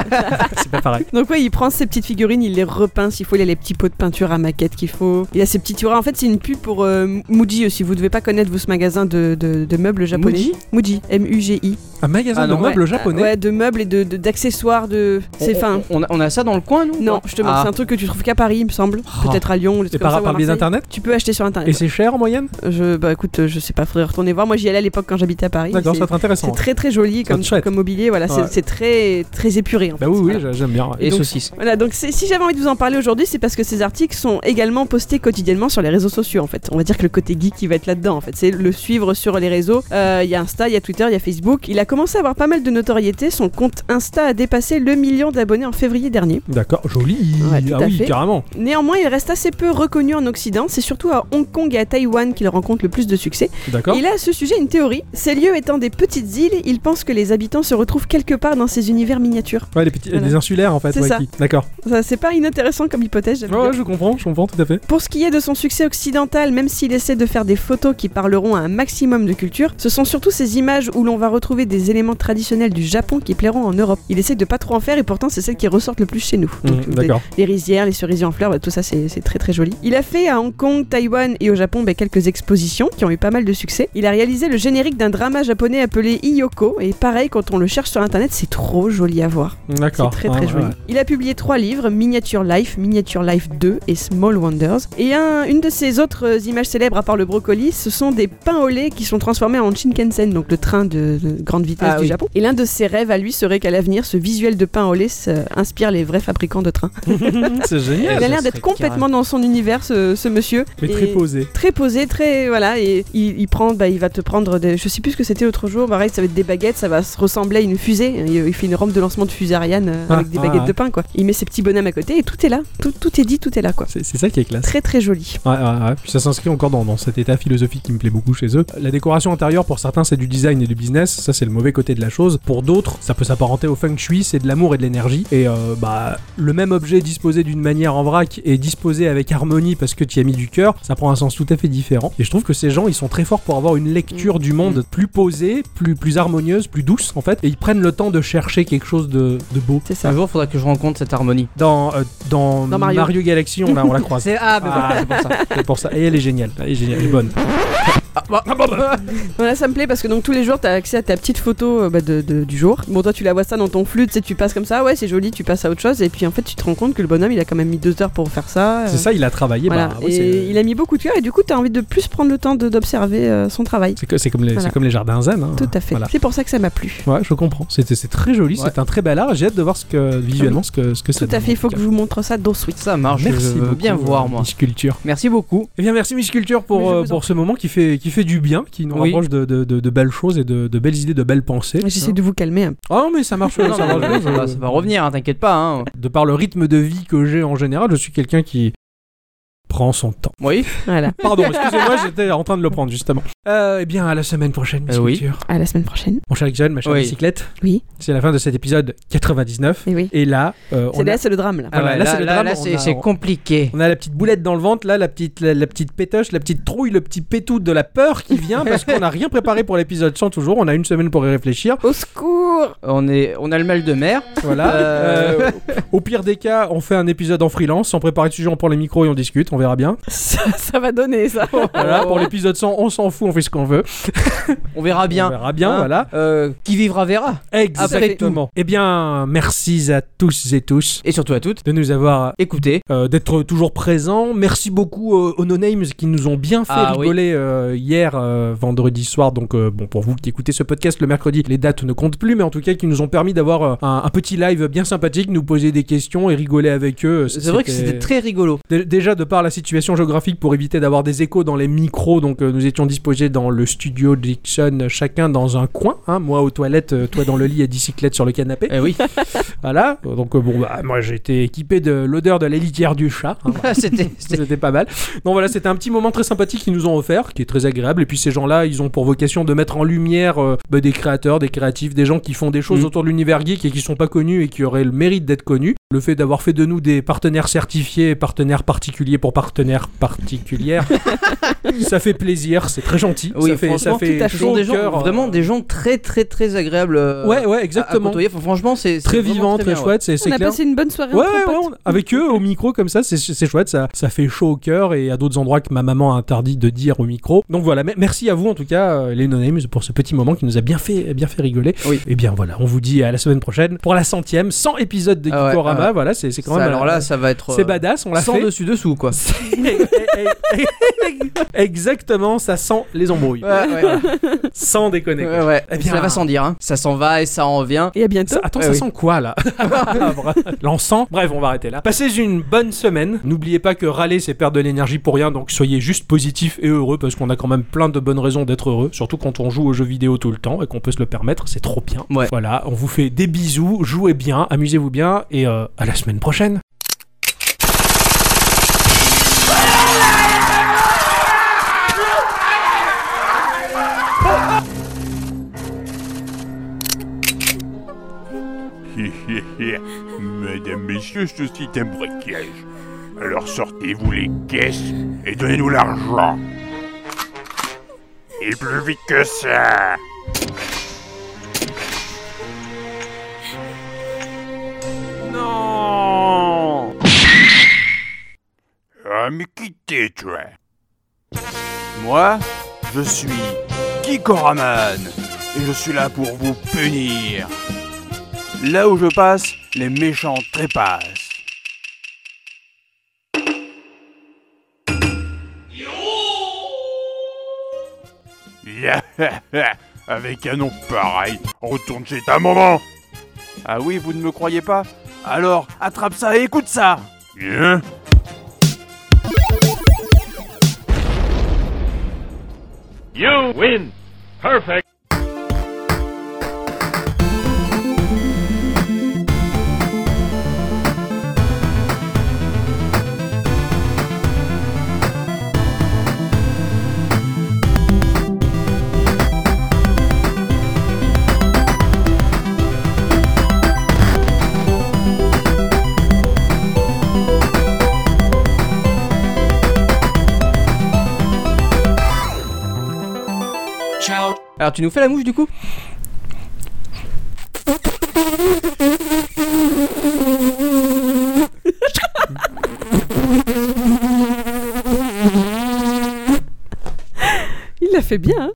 Speaker 1: c'est pas pareil.
Speaker 3: Donc ouais, il prend ses petites figurines, il les repeint s'il faut, il a les petits pots de peinture à maquette qu'il faut. Il a ses petits tiroirs. En fait, c'est une pub pour euh, Muji. Si vous devez pas connaître vous ce magasin de, de- de meubles japonais.
Speaker 2: Muji
Speaker 3: Muji. M-U-G-I.
Speaker 1: Un magasin
Speaker 2: Ah
Speaker 1: de
Speaker 2: non,
Speaker 1: meubles
Speaker 3: Ouais, Euh,
Speaker 1: japonais. Oh,
Speaker 3: Ouais, de meubles et de de- d'accessoires de. C'est
Speaker 2: On-
Speaker 3: fin.
Speaker 2: On, on a- on a ça dans le coin, nous
Speaker 3: Non, je te montre,
Speaker 2: Ah.
Speaker 3: c'est un truc que tu trouves qu'à Paris, il me semble.
Speaker 1: Oh.
Speaker 3: Peut-être à Lyon ou des
Speaker 1: C'est
Speaker 3: trucs comme
Speaker 1: par,
Speaker 3: ça, ou à
Speaker 1: par biais
Speaker 3: Marseille.
Speaker 1: d'internet.
Speaker 3: Tu peux acheter sur
Speaker 1: Et
Speaker 3: internet.
Speaker 1: c'est cher en moyenne.
Speaker 3: Je, bah écoute, je sais pas, faudrait retourner voir. Moi j'y allais à l'époque quand j'habitais à Paris.
Speaker 1: D'accord,
Speaker 3: C'est-
Speaker 1: ça t'intéresse.
Speaker 3: C'est très très joli
Speaker 1: Ça va
Speaker 3: comme,
Speaker 1: être chouette.
Speaker 3: comme mobilier, voilà, c'est-
Speaker 1: Ouais.
Speaker 3: c'est très très épuré en
Speaker 1: Bah
Speaker 3: fait.
Speaker 1: oui oui
Speaker 3: Voilà.
Speaker 1: j'a- j'aime bien. ouais.
Speaker 2: Et
Speaker 3: donc-
Speaker 2: saucisses.
Speaker 3: Voilà, donc c'est- si j'avais envie de vous en parler aujourd'hui, c'est parce que ces articles sont également postés quotidiennement sur les réseaux sociaux en fait. On va dire que le côté geek qui va être là-dedans en fait, c'est le suivre sur les réseaux. Euh, Il y a Insta, il y a Twitter, il y a Facebook. Il a commencé à avoir pas mal de notoriété. Son compte Insta a dépassé le million d'abonnés en février dernier.
Speaker 1: D'accord, joli.
Speaker 3: Ouais, tout
Speaker 1: ah
Speaker 3: à
Speaker 1: oui,
Speaker 3: fait.
Speaker 1: carrément.
Speaker 3: Néanmoins, il reste assez peu reconnu en Occident. C'est surtout à Hong Kong et à Taïwan qu'il rencontre le plus de succès.
Speaker 1: D'accord.
Speaker 3: Il a à ce sujet une théorie. Ces lieux étant des petites îles, il pense que les habitants se retrouvent quelque part dans ces univers miniatures.
Speaker 1: Ouais, les petits,
Speaker 3: Voilà.
Speaker 1: les insulaires en fait.
Speaker 3: C'est
Speaker 1: ouais,
Speaker 3: ça.
Speaker 1: qui- D'accord.
Speaker 3: Ça, c'est pas inintéressant comme hypothèse, j'aime
Speaker 1: Ouais,
Speaker 3: bien.
Speaker 1: ouais, je comprends, je comprends tout à fait.
Speaker 3: Pour ce qui est de son succès occidental, même s'il essaie de faire des photos qui parleront à un maximum de culture, ce sont surtout ces images où l'on va retrouver des éléments traditionnels du Japon qui plairont en Europe. Il essaie de pas trop en faire et pourtant c'est celles qui ressortent le plus chez nous. Donc,
Speaker 1: Mm,
Speaker 3: des-
Speaker 1: D'accord.
Speaker 3: les rizières, les cerisiers en fleurs, bah, tout ça c'est c'est très très joli. Il a fait à Hong Kong, Taïwan et au Japon bah, quelques expositions qui ont eu pas mal de succès. Il a réalisé le générique d'un drama japonais appelé Iyoko et pareil quand on le cherche sur internet c'est trop joli à voir. C'est
Speaker 1: D'accord. Ah,
Speaker 3: très
Speaker 1: Ouais,
Speaker 3: très
Speaker 1: ouais,
Speaker 3: joli.
Speaker 1: ouais.
Speaker 3: Il a publié trois livres, Miniature Life, Miniature Life 2 et Small Wonders. Et un- une de ses autres euh, images célèbres à part le brocoli, ce sont des pains au lait qui sont transformés en Shinkansen, donc le train de, de grande vitesse
Speaker 2: Ah
Speaker 3: du
Speaker 2: oui.
Speaker 3: Japon. Et l'un de ses rêves à lui serait qu'à l'avenir, ce visuel de pain au lait euh, inspire les vrais fabricants de trains.
Speaker 1: C'est génial.
Speaker 3: Il
Speaker 2: ça
Speaker 3: a l'air
Speaker 2: serait
Speaker 3: d'être complètement
Speaker 2: carré.
Speaker 3: dans son univers, ce, ce monsieur.
Speaker 1: Mais
Speaker 3: Et
Speaker 1: très posé.
Speaker 3: Très posé, très voilà, et il, il prend, bah, il va te prendre des, je sais plus ce que c'était l'autre jour, pareil, ça va être des baguettes, ça va se ressembler à une fusée. hein, Il, il fait une rampe de lancement de fusée Ariane euh,
Speaker 1: Ah,
Speaker 3: avec des
Speaker 1: ah,
Speaker 3: baguettes
Speaker 1: ouais.
Speaker 3: de pain quoi. Il met ses petits bonhommes à côté et tout est là, tout, tout est dit, tout est là quoi.
Speaker 1: C'est c'est ça qui est classe.
Speaker 3: Très très joli.
Speaker 1: Ouais, ouais, ouais. Puis ça s'inscrit encore dans, dans cet état philosophique qui me plaît beaucoup chez eux. La décoration intérieure, pour certains, c'est du design et du business. Ça, c'est le mauvais côté de la chose. Pour d'autres, ça peut s'apparenter au feng shui, c'est de l'amour et de l'énergie. Et euh, bah, le même objet disposé d'une manière en vrac et disposé avec harmonie parce que tu y as mis du cœur, ça prend un sens tout à fait différent. Et je trouve que ces gens, ils sont très forts pour avoir une lecture du monde plus posée, plus, plus harmonieuse, plus douce en fait. Et ils prennent le temps de chercher quelque chose de, de beau.
Speaker 3: C'est ça.
Speaker 2: Un jour, faudra que je rencontre cette harmonie.
Speaker 1: Dans, euh, dans,
Speaker 3: Dans Mario.
Speaker 1: Galaxy, on la, on la croise.
Speaker 2: C'est ah,
Speaker 1: Ah,
Speaker 2: bah, voilà, c'est pour ça.
Speaker 1: C'est pour ça. Et elle est géniale. Elle est géniale. Elle est bonne.
Speaker 2: Ah, bah, ah, bah, bah.
Speaker 3: Voilà, ça me plaît parce que donc tous les jours t'as accès à ta petite photo euh, bah, de, de- du jour. Bon toi tu la vois ça dans ton flux, tu sais tu passes comme ça, ouais c'est joli, tu passes à autre chose et puis en fait tu te rends compte que le bonhomme il a quand même mis deux heures pour faire ça.
Speaker 1: C'est
Speaker 3: euh,
Speaker 1: ça, il a travaillé.
Speaker 3: Voilà.
Speaker 1: bah, oui,
Speaker 3: et
Speaker 1: c'est-
Speaker 3: il a mis beaucoup de cœur et du coup t'as envie de plus prendre le temps de- d'observer euh, son travail.
Speaker 1: c'est que- c'est comme, les-
Speaker 3: Voilà.
Speaker 1: c'est comme les jardins zen. hein.
Speaker 3: Tout à fait.
Speaker 1: Voilà.
Speaker 3: C'est pour ça que ça m'a plu.
Speaker 1: Ouais, je comprends. C'était- C'est très joli,
Speaker 2: Ouais.
Speaker 1: c'est un très bel art. J'ai hâte de voir ce que, visuellement ce que, ce que ça
Speaker 3: Tout à
Speaker 1: donne,
Speaker 3: fait,
Speaker 1: en
Speaker 3: il faut
Speaker 1: tout
Speaker 3: que je vous montre ça dans Switch.
Speaker 2: ça
Speaker 1: cas.
Speaker 2: marche.
Speaker 1: Merci
Speaker 2: je veux
Speaker 1: beaucoup,
Speaker 2: bien
Speaker 1: euh,
Speaker 2: voir, moi.
Speaker 1: Miss Culture.
Speaker 2: Merci beaucoup.
Speaker 1: Eh bien, merci Miss Culture
Speaker 3: Mais
Speaker 1: pour,
Speaker 3: je
Speaker 1: euh,
Speaker 3: vous en
Speaker 1: pour ce moment qui fait, qui fait du bien, qui nous
Speaker 2: Oui.
Speaker 1: rapproche de, de- de- de belles choses et de, de belles idées, de belles pensées.
Speaker 3: J'essaie de vous calmer. un peu.
Speaker 1: Oh, mais ça marche,
Speaker 2: Non,
Speaker 1: ça
Speaker 2: non,
Speaker 1: marche
Speaker 2: mais
Speaker 1: bien,
Speaker 2: ça va-
Speaker 1: je-
Speaker 2: ça va revenir, hein, t'inquiète pas. hein.
Speaker 1: De par le rythme de vie que j'ai en général, je suis quelqu'un qui prend son temps.
Speaker 2: Oui,
Speaker 3: Voilà.
Speaker 1: Pardon, excusez-moi, j'étais en train de le prendre justement. Euh, eh bien, à la semaine prochaine, Miss
Speaker 2: Euh, oui.
Speaker 1: Culture.
Speaker 3: À la semaine prochaine.
Speaker 1: Mon cher Ixon, ma chère
Speaker 2: Oui.
Speaker 1: bicyclette.
Speaker 3: Oui.
Speaker 1: C'est la fin de cet épisode 99.
Speaker 3: Et oui.
Speaker 1: Et là, euh,
Speaker 3: C'est
Speaker 1: on,
Speaker 3: là,
Speaker 1: a,
Speaker 3: c'est le drame là.
Speaker 1: Ah, voilà, là, c'est le drame, on
Speaker 2: c'est
Speaker 1: a-
Speaker 2: c'est
Speaker 1: on-
Speaker 2: compliqué.
Speaker 1: on a la petite boulette dans le ventre, là, la petite, la, la petite pétoche, la petite trouille, le petit pétou de la peur qui vient parce qu'on n'a rien préparé pour l'épisode 100 toujours. On a une semaine pour y réfléchir.
Speaker 3: Au secours
Speaker 2: On, est, on a le mal de mer.
Speaker 1: Voilà.
Speaker 2: Euh,
Speaker 1: Euh, au pire des cas, on fait un épisode en freelance, sans préparer de sujet, on prend les micros et on discute. On verra bien.
Speaker 3: Ça, ça va donner ça.
Speaker 1: Voilà, pour l'épisode 100, on s'en fout, on fait ce qu'on veut.
Speaker 2: On verra bien.
Speaker 1: On verra bien,
Speaker 2: Hein,
Speaker 1: voilà.
Speaker 2: euh, qui vivra verra.
Speaker 1: Exactement. Eh bien, merci à tous et tous
Speaker 2: Et surtout à toutes,
Speaker 1: de nous avoir
Speaker 2: écoutez.
Speaker 1: euh, d'être toujours présents. Merci beaucoup euh, aux No-Names qui nous ont bien fait
Speaker 2: Ah, oui.
Speaker 1: rigoler euh, hier, euh, vendredi soir. Donc, euh, bon, pour vous qui écoutez ce podcast le mercredi, les dates ne comptent plus, mais en tout cas, qui nous ont permis d'avoir euh, un, un petit live bien sympathique, nous poser des questions et rigoler avec eux.
Speaker 2: C'est vrai que c'était très rigolo.
Speaker 1: Dé- Déjà, de par la situation géographique, pour éviter d'avoir des échos dans les micros, donc euh, nous étions disposés dans le studio Dixon, euh, chacun dans un coin. hein, moi aux toilettes, euh, toi dans le lit et bicyclette sur le canapé.
Speaker 2: Eh oui,
Speaker 1: Voilà. Donc, euh, bon, bah, moi j'étais équipé de l'odeur de la litière du chat. hein, voilà.
Speaker 2: c'était. c'était-
Speaker 1: C'était pas mal. Donc voilà, c'était un petit moment très sympathique qu'ils nous ont offert, qui est très agréable. Et puis ces gens-là, ils ont pour vocation de mettre en lumière euh, bah, des créateurs, des créatifs, des gens qui font des choses
Speaker 2: Mm.
Speaker 1: autour de l'univers geek et qui sont pas connus et qui auraient le mérite d'être connus. Le fait d'avoir fait de nous des partenaires certifiés, partenaires particuliers pour partenaires particulières, ça fait plaisir, c'est très gentil.
Speaker 2: Oui,
Speaker 1: ça fait, ça
Speaker 2: franchement,
Speaker 1: fait
Speaker 3: tout à fait.
Speaker 2: Ce
Speaker 1: chaud
Speaker 2: sont
Speaker 1: au
Speaker 2: des gens,
Speaker 1: cœur, euh,
Speaker 2: vraiment des gens très très très agréables. euh,
Speaker 1: Ouais, ouais,
Speaker 2: à- à
Speaker 1: exactement.
Speaker 2: côtoyer. Enfin, franchement, c'est c'est
Speaker 1: Très
Speaker 2: vraiment
Speaker 1: vivant, très,
Speaker 2: bien, ouais.
Speaker 1: chouette, c'est c'est
Speaker 3: On a
Speaker 1: clair.
Speaker 3: passé une bonne soirée
Speaker 1: Ouais,
Speaker 3: entre
Speaker 1: ouais, on-
Speaker 3: potes.
Speaker 1: avec eux au micro comme ça, c'est- c'est chouette, ça, ça fait chaud au cœur et à d'autres endroits que ma maman a interdit de dire au micro. Donc voilà, me- merci à vous en tout cas, euh, les non-names, pour ce petit moment qui nous a bien fait, bien fait rigoler.
Speaker 2: Oui.
Speaker 1: Et bien voilà, on vous dit à la semaine prochaine pour la centième, 100 épisodes de
Speaker 2: Ah ouais,
Speaker 1: Geekorama.
Speaker 2: ah ouais.
Speaker 1: Voilà, c'est c'est quand
Speaker 2: Ça,
Speaker 1: même.
Speaker 2: alors
Speaker 1: euh,
Speaker 2: là, ça va être.
Speaker 1: c'est
Speaker 2: euh,
Speaker 1: badass, on l'a
Speaker 2: sans
Speaker 1: fait. Eh,
Speaker 2: dessus dessous quoi.
Speaker 1: Exactement, ça sent les embrouilles.
Speaker 2: Ouais, ouais, ouais,
Speaker 1: Sans déconner. quoi.
Speaker 2: ouais, ouais.
Speaker 1: Eh bien-
Speaker 2: ça va sans dire. Hein. Ça s'en va et ça en vient.
Speaker 3: Et à bientôt.
Speaker 1: Ça- attends,
Speaker 2: Ouais,
Speaker 1: ça
Speaker 2: Eh oui.
Speaker 1: sent quoi là L'encens Bref, on va arrêter là. Passez une bonne semaine. N'oubliez pas que râler, c'est perdre de l'énergie pour rien, donc soyez juste positif et heureux parce qu'on a quand même plein de bonnes raisons d'être heureux, surtout quand on joue aux jeux vidéo tout le temps et qu'on peut se le permettre, c'est trop bien.
Speaker 2: Ouais.
Speaker 1: Voilà, on vous fait des bisous, jouez bien, amusez-vous bien et euh, à la semaine prochaine.
Speaker 6: Mesdames, messieurs, ceci est un braquage. Alors sortez-vous les caisses et donnez-nous l'argent. Et plus vite que ça. Non Ah, mais qui t'es, toi Moi, je suis Kikoraman. Et je suis là pour vous punir. Là où je passe, les méchants trépassent. Ya, ha, ha. Avec un nom pareil, retourne chez ta maman Ah oui, vous ne me croyez pas Alors, attrape ça et écoute ça Hein
Speaker 4: You win! Perfect!
Speaker 2: Alors tu nous fais la mouche du coup
Speaker 3: Il l'a fait bien. hein.